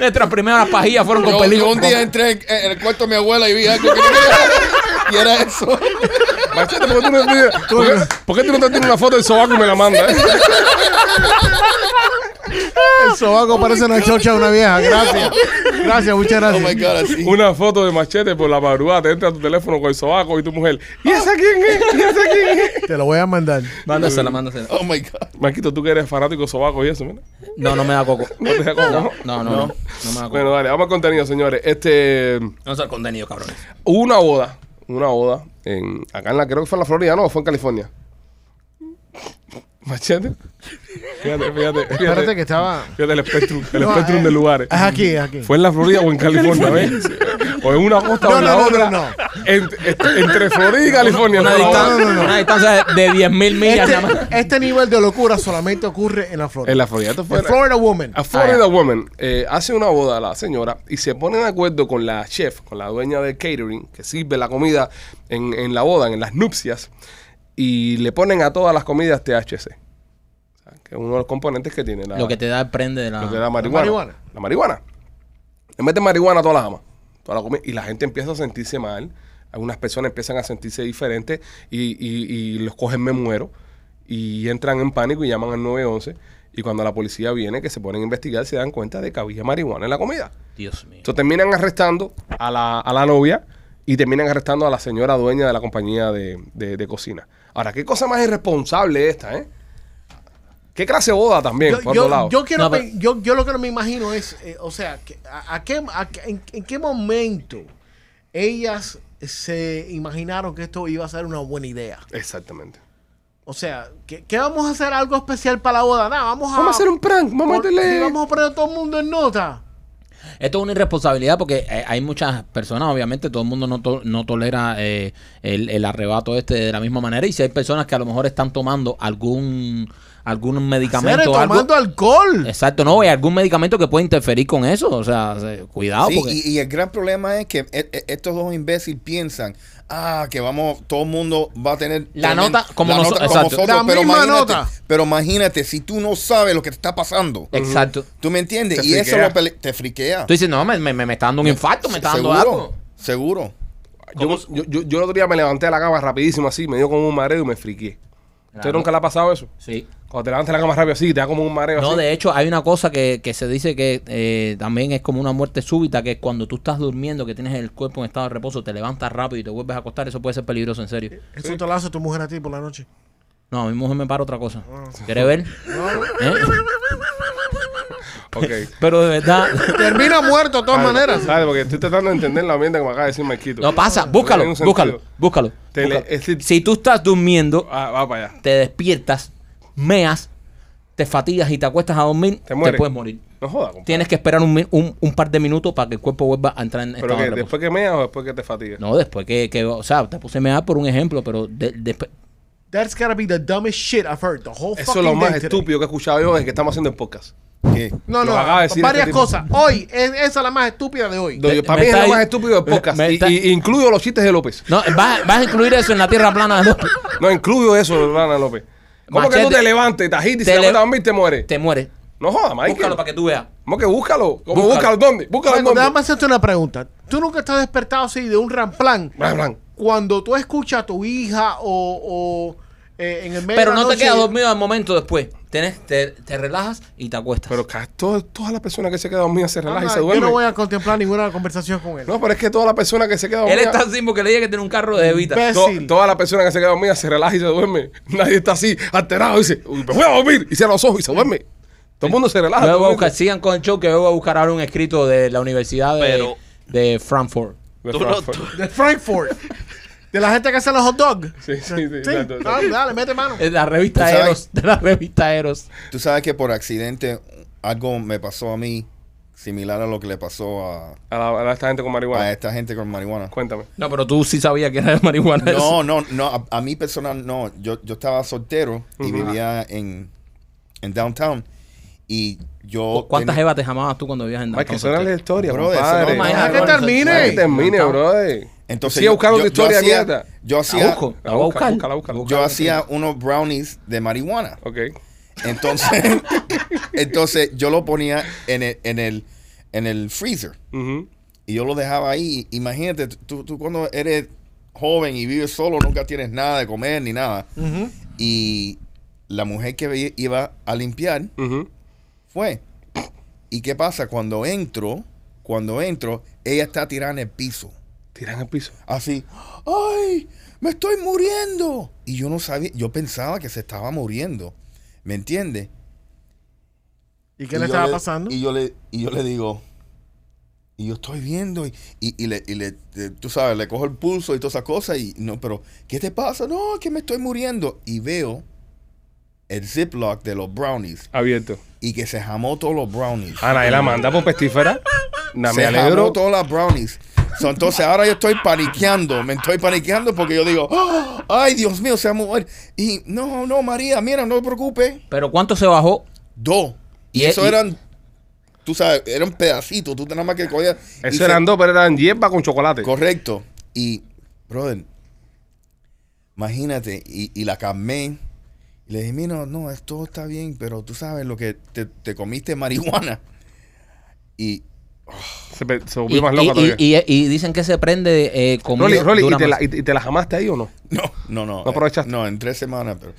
Speaker 2: Nuestras primeras pajillas fueron con
Speaker 4: Yo- yo
Speaker 2: peligro.
Speaker 4: un día entré en, en el cuarto de mi abuela y vi algo que no quería. Y era eso.
Speaker 1: Machete, ¿por qué tú no tienes, por qué, por qué tú no te tienes una foto del sobaco y me la mandas? eh?
Speaker 3: El sobaco parece una chocha de una vieja. Gracias. Gracias, muchas
Speaker 4: Oh my
Speaker 3: gracias.
Speaker 4: God, así.
Speaker 1: Una foto de machete por la madrugada, te entra tu teléfono con el sobaco y tu mujer. ¿Y esa quién es? ¿Y esa quién es?
Speaker 3: Te lo voy a mandar.
Speaker 2: Mándasela, mándasela.
Speaker 4: Oh my God.
Speaker 1: Marquito, tú que eres fanático de sobaco y eso, mira.
Speaker 2: No, no me da coco.
Speaker 1: No te da como, ¿no?
Speaker 2: No, no, no. No, me da coco.
Speaker 1: Bueno, dale, vamos al contenido, señores. Este,
Speaker 2: Vamos al contenido, cabrones.
Speaker 1: hubo una boda, una boda, en, acá en la, creo que fue en la Florida, no, fue en California. Machete. Fíjate, fíjate, fíjate.
Speaker 3: Espérate que estaba.
Speaker 1: Fíjate el espectrum, el
Speaker 3: No,
Speaker 1: espectrum
Speaker 3: eh,
Speaker 1: de lugares.
Speaker 3: Es aquí, es aquí.
Speaker 1: Fue en la Florida
Speaker 3: <laughs>
Speaker 1: o en California, ¿ves? O en una costa
Speaker 3: No,
Speaker 1: o en
Speaker 3: no,
Speaker 1: la
Speaker 3: no,
Speaker 1: otra.
Speaker 3: no, no.
Speaker 1: Ent- est- entre Florida y California.
Speaker 2: Una
Speaker 1: no, no,
Speaker 2: distancia,
Speaker 1: no.
Speaker 2: una distancia de 10.000 millas nada más.
Speaker 3: Este, este nivel de locura solamente ocurre en la Florida.
Speaker 1: En la Florida. Esto fue
Speaker 3: The Florida Woman.
Speaker 1: A Florida Woman eh, hace una boda a la señora y se pone de acuerdo con la chef, con la dueña del catering, que sirve la comida en, en la boda, en las nupcias, y le ponen a todas las comidas THC. O sea, que es uno de los componentes que tiene la,
Speaker 2: Lo que te da el prende de la.
Speaker 1: lo que es la marihuana.
Speaker 3: marihuana.
Speaker 1: La marihuana. Le meten marihuana a todas las amas. toda la comida, y la gente empieza a sentirse mal. Algunas personas empiezan a sentirse diferentes y, y- y los cogen me muero. Y entran en pánico y llaman al 911. Y cuando la policía viene, que se ponen a investigar, se dan cuenta de que había marihuana en la comida.
Speaker 2: Dios mío.
Speaker 1: Entonces terminan arrestando a la, a la novia y terminan arrestando a la señora dueña de la compañía de, de- de cocina. Ahora, qué cosa más irresponsable esta, ¿eh? Qué clase de boda también,
Speaker 3: Yo,
Speaker 1: por otro
Speaker 3: yo,
Speaker 1: lado.
Speaker 3: yo quiero
Speaker 2: No,
Speaker 3: pe-
Speaker 2: pero-
Speaker 3: yo, yo lo que no me imagino es, eh, o sea, que- a, a qué, a qué- en, en qué momento ellas se imaginaron que esto iba a ser una buena idea?
Speaker 1: Exactamente.
Speaker 3: O sea, ¿qué, qué vamos a hacer algo especial para la boda? Nada, vamos a...
Speaker 1: Vamos a hacer un prank, vamos a
Speaker 3: por- sí,
Speaker 1: meterle.
Speaker 3: vamos a poner a todo el mundo en nota.
Speaker 2: Esto es una irresponsabilidad porque eh, hay muchas personas, obviamente, todo el mundo no, to- no tolera eh, el, el arrebato este de la misma manera. Y si hay personas que a lo mejor están tomando algún algún
Speaker 3: Seres
Speaker 2: medicamento o algo.
Speaker 3: tomando alcohol.
Speaker 2: Exacto, no, hay algún medicamento que puede interferir con eso. O sea, se- cuidado
Speaker 4: Sí,
Speaker 2: Ah, porque.
Speaker 4: y, y el gran problema es que e- e- estos dos imbéciles piensan, ah, que vamos, todo el mundo va a tener
Speaker 2: La
Speaker 4: tremendo-
Speaker 2: nota como
Speaker 4: la
Speaker 2: noso-
Speaker 4: nota
Speaker 2: exacto.
Speaker 3: La
Speaker 4: pero
Speaker 3: misma
Speaker 4: imagínate,
Speaker 3: nota.
Speaker 4: Pero imagínate si tú no sabes lo que te está pasando.
Speaker 2: Exacto.
Speaker 4: ¿Tú me entiendes?
Speaker 1: Te
Speaker 4: y eso
Speaker 1: friquea.
Speaker 4: lo pele- te friquea.
Speaker 2: Tú dices, no, me, me, me está dando un infarto, me está dando
Speaker 4: ¿Seguro?
Speaker 2: algo.
Speaker 4: Seguro.
Speaker 1: Yo, yo, yo, yo el otro día me levanté de la cama rapidísimo así, me dio como un mareo y me friqué. ¿Usted
Speaker 2: Claro.
Speaker 1: nunca le ha pasado eso?
Speaker 2: Sí.
Speaker 1: Cuando te levantas de la cama rápido así, te da como un mareo
Speaker 2: No,
Speaker 1: así.
Speaker 2: de hecho, hay una cosa que, que se dice que eh, también es como una muerte súbita, que cuando tú estás durmiendo, que tienes el cuerpo en estado de reposo, te levantas rápido y te vuelves a acostar, eso puede ser peligroso, en serio.
Speaker 3: Eso te lo hace tu mujer a ti por la noche.
Speaker 2: No, a mi mujer me para otra cosa.
Speaker 1: Ah,
Speaker 2: ¿Quieres ver? ¿Eh? <laughs>
Speaker 1: Ok.
Speaker 2: Pero de verdad, <laughs>
Speaker 3: Termina muerto de todas
Speaker 1: Sabe-
Speaker 3: maneras.
Speaker 1: sabe, Porque estoy tratando de entender la mierda que me acaba de decir Marquito.
Speaker 2: no pasa,
Speaker 1: Tiene
Speaker 2: búscalo,
Speaker 1: un sentido.
Speaker 2: búscalo, búscalo.
Speaker 1: Te le-
Speaker 2: búscalo.
Speaker 1: es decir-
Speaker 2: Si tú estás durmiendo,
Speaker 1: Ah, va para allá.
Speaker 2: te despiertas, meas, te fatigas y te acuestas a dormir,
Speaker 1: Te
Speaker 2: te,
Speaker 1: mueres.
Speaker 2: puedes morir.
Speaker 1: No joda, compadre.
Speaker 2: Tienes que esperar un, min- un, un par de minutos para que el cuerpo vuelva a entrar en
Speaker 1: ¿Pero
Speaker 2: estado de
Speaker 1: que
Speaker 2: reposo.
Speaker 1: después que meas o después que te fatigas?
Speaker 2: pues. No, después que, que, o sea, te puse mea por un ejemplo, pero de- después...
Speaker 3: That's gotta be the dumbest shit I've heard the whole
Speaker 1: Eso es
Speaker 3: fucking
Speaker 1: lo más
Speaker 3: day today.
Speaker 1: estúpido que he escuchado yo desde que estamos haciendo el podcast.
Speaker 4: ¿Qué?
Speaker 3: No,
Speaker 1: Lo
Speaker 3: no,
Speaker 1: acaba de decir
Speaker 3: varias
Speaker 1: este tipo.
Speaker 3: cosas. Hoy, es- esa es la más estúpida de hoy.
Speaker 1: Doy-
Speaker 2: Me-
Speaker 1: para
Speaker 2: me
Speaker 1: mí es
Speaker 2: está
Speaker 1: lo más
Speaker 2: ahí-
Speaker 1: estúpido del
Speaker 2: me-
Speaker 1: podcast.
Speaker 2: me
Speaker 1: y,
Speaker 2: está-
Speaker 1: y incluyo los chistes de López.
Speaker 2: No, vas, vas a incluir eso en la tierra plana de López.
Speaker 1: No, incluyo eso, hermana López. ¿Cómo que tú
Speaker 2: Machete.
Speaker 1: te levantes, y te agitas y
Speaker 2: Te
Speaker 1: se
Speaker 2: le-
Speaker 1: levantas a dormir y te mueres?
Speaker 2: Te mueres.
Speaker 1: No jodas, Mike.
Speaker 2: Búscalo para que tú veas.
Speaker 1: ¿Cómo que búscalo? ¿Cómo
Speaker 2: Búscalo.
Speaker 1: búscalo? ¿Dónde? Búscalo
Speaker 3: Bueno,
Speaker 1: dónde.
Speaker 3: déjame hacerte una pregunta. ¿Tú nunca estás despertado así de un ramplán?
Speaker 1: Ramplán.
Speaker 3: Cuando tú escuchas a tu hija o, o, eh, en el medio
Speaker 2: Pero
Speaker 3: de la
Speaker 2: no te
Speaker 3: noche-
Speaker 2: quedas dormido al momento después. Tienes- te, te relajas y te acuestas.
Speaker 1: Pero ca- todo- todas las personas que se quedan dormidas se relajan y
Speaker 3: Ajá,
Speaker 1: se
Speaker 3: Yo
Speaker 1: duermen.
Speaker 3: no
Speaker 1: No,
Speaker 3: voy a contemplar ninguna conversación con él.
Speaker 1: pero es que todas las personas que se quedan
Speaker 2: Él
Speaker 1: dormidas.
Speaker 2: está así porque le dije que tiene un carro de Evita.
Speaker 3: Pe-
Speaker 1: to-
Speaker 3: imbécil.
Speaker 1: todas las personas que se quedan dormidas se relajan y se duermen. Nadie está así alterado y dice, "Uy, me voy a dormir. Y cierra los ojos y se duerme. Todo el mundo se relaja. todo
Speaker 2: Luego voy a
Speaker 1: el
Speaker 2: buscar, sigan con el show que yo voy a buscar ahora un escrito de la Universidad de,
Speaker 5: Pero-
Speaker 2: de Frankfurt.
Speaker 1: mundo.
Speaker 5: Tú no- tú-
Speaker 3: De Frankfurt. De la gente que hace los hot dogs.
Speaker 1: Sí, sí, sí, exacto, exacto.
Speaker 3: Dale, dale, mete mano.
Speaker 2: De la
Speaker 4: ¿Tú
Speaker 2: revista
Speaker 4: sabes?
Speaker 2: Eros. De la revista Eros.
Speaker 4: Tú sabes que por accidente algo me pasó a mí similar a lo que le pasó a,
Speaker 1: A, la- a la- esta gente con
Speaker 4: a
Speaker 1: marihuana.
Speaker 4: esta gente con marihuana.
Speaker 1: Cuéntame.
Speaker 2: No, pero tú sí sabías que era de marihuana. eso.
Speaker 4: No, no, no. A, a mí personal no. Yo, yo estaba soltero y vivía en, en downtown. Y yo...
Speaker 2: ¿Cuántas
Speaker 4: tenía-
Speaker 2: evas te llamabas tú cuando vivías en
Speaker 1: Mike,
Speaker 2: Downtown
Speaker 1: que suena la
Speaker 2: Santero?
Speaker 1: historia,
Speaker 4: Bro, eso
Speaker 1: compadre.
Speaker 4: no-
Speaker 1: Deja
Speaker 3: que termine.
Speaker 1: que termine, brother.
Speaker 4: Entonces,
Speaker 1: Sigue buscando tu historia,
Speaker 4: hacía-
Speaker 1: mierda.
Speaker 4: Yo
Speaker 2: La
Speaker 4: hacía,
Speaker 2: busco, la
Speaker 1: La
Speaker 2: voy a
Speaker 1: busca,
Speaker 2: buscar.
Speaker 1: búscala, búscala.
Speaker 4: yo hacía unos brownies de marihuana.
Speaker 1: Ok.
Speaker 4: Entonces, <laughs> entonces yo lo ponía en el, en el, en el freezer.
Speaker 1: Ujú.
Speaker 4: Y yo lo dejaba ahí. Imagínate, tú, tú cuando eres joven y vives solo, nunca tienes nada de comer ni nada. Y la mujer que ve- iba a limpiar
Speaker 1: Ujú.
Speaker 4: fue. ¿Y qué pasa? Cuando entro, cuando entro, ella está tirada en el piso.
Speaker 1: Tiran al piso.
Speaker 4: Así, ¡ay! ¡Me estoy muriendo! Y yo no sabía, yo pensaba que se estaba muriendo. ¿Me entiendes?
Speaker 3: ¿Y qué
Speaker 4: Y
Speaker 3: le
Speaker 4: yo
Speaker 3: estaba pasando?
Speaker 4: Y yo le, y yo le digo, y yo estoy viendo, y, y, y le, y le- te- tú sabes, le cojo el pulso y todas esas cosas, y no, pero, ¿qué te pasa? No, es que me estoy muriendo. Y veo el ziplock de los brownies,
Speaker 1: Abierto.
Speaker 4: y que se jamó todos los brownies.
Speaker 3: Ah,
Speaker 1: Ana, y la manda por pestífera. Na, me
Speaker 4: se
Speaker 1: alegro.
Speaker 4: jamó todas las brownies. So, entonces ahora yo estoy paniqueando, me estoy paniqueando porque yo digo, "Oh, ay Dios mío, se va a mover. Y no, no, María, mira, no te preocupes.
Speaker 2: Pero ¿cuánto se bajó?
Speaker 4: Dos. Y,
Speaker 2: Y-
Speaker 4: eso
Speaker 2: y-
Speaker 4: eran, tú sabes, eran pedacitos, tú nada más que cogías. y
Speaker 1: Eso
Speaker 4: se-
Speaker 1: eran dos, pero eran hierba con chocolate.
Speaker 4: Correcto. Y, brother, imagínate, y, y la calmé. Y le dije, mira, no, esto está bien, pero tú sabes lo que te, te comiste marihuana. Y
Speaker 1: se, pe- se
Speaker 2: Y,
Speaker 1: volvió más loca
Speaker 2: y-
Speaker 1: todavía.
Speaker 2: y- eh, y- y dicen que se prende eh, con
Speaker 1: Rolly, Rolly, ¿y te, la, y te- y te la jamaste ahí o no?
Speaker 4: no, no, no.
Speaker 1: ¿No aprovechaste?
Speaker 4: No, en tres semanas, pero.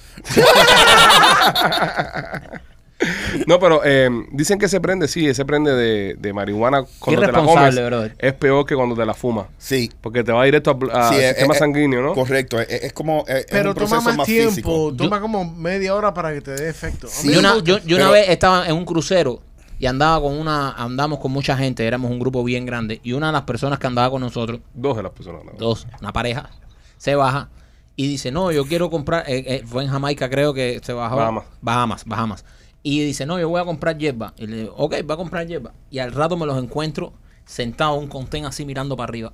Speaker 1: No, pero eh, dicen que se prende, sí, se prende de, de marihuana cuando te la comes.
Speaker 2: Irresponsable, brother.
Speaker 1: Es peor que cuando te la fumas.
Speaker 4: Sí.
Speaker 1: Porque te va directo al
Speaker 4: sí, eh, es-
Speaker 1: Ah, sistema
Speaker 4: es-
Speaker 1: sanguíneo, ¿no?
Speaker 4: Correcto, es, es como. es- es
Speaker 3: Pero
Speaker 4: un
Speaker 3: toma
Speaker 4: proceso
Speaker 3: más,
Speaker 4: más
Speaker 3: tiempo.
Speaker 4: físico.
Speaker 3: Toma como media hora para que te dé efecto. A mí
Speaker 4: Sí.
Speaker 3: me
Speaker 2: Yo una,
Speaker 3: gusta.
Speaker 2: yo- yo una
Speaker 4: Pero-
Speaker 2: vez estaba en un crucero y andaba con una, andamos con mucha gente, éramos un grupo bien grande, y una de las personas que andaba con nosotros,
Speaker 1: Dos de las personas. ¿no?
Speaker 2: dos, una pareja, se baja y dice, no, yo quiero comprar, eh, eh, fue en Jamaica creo que se bajó.
Speaker 1: Bahamas.
Speaker 2: Bahamas, Bahamas. Y dice, no, yo voy a comprar hierba. Y le digo, ok, va a comprar hierba. Y al rato me los encuentro sentado en un contén así mirando para arriba.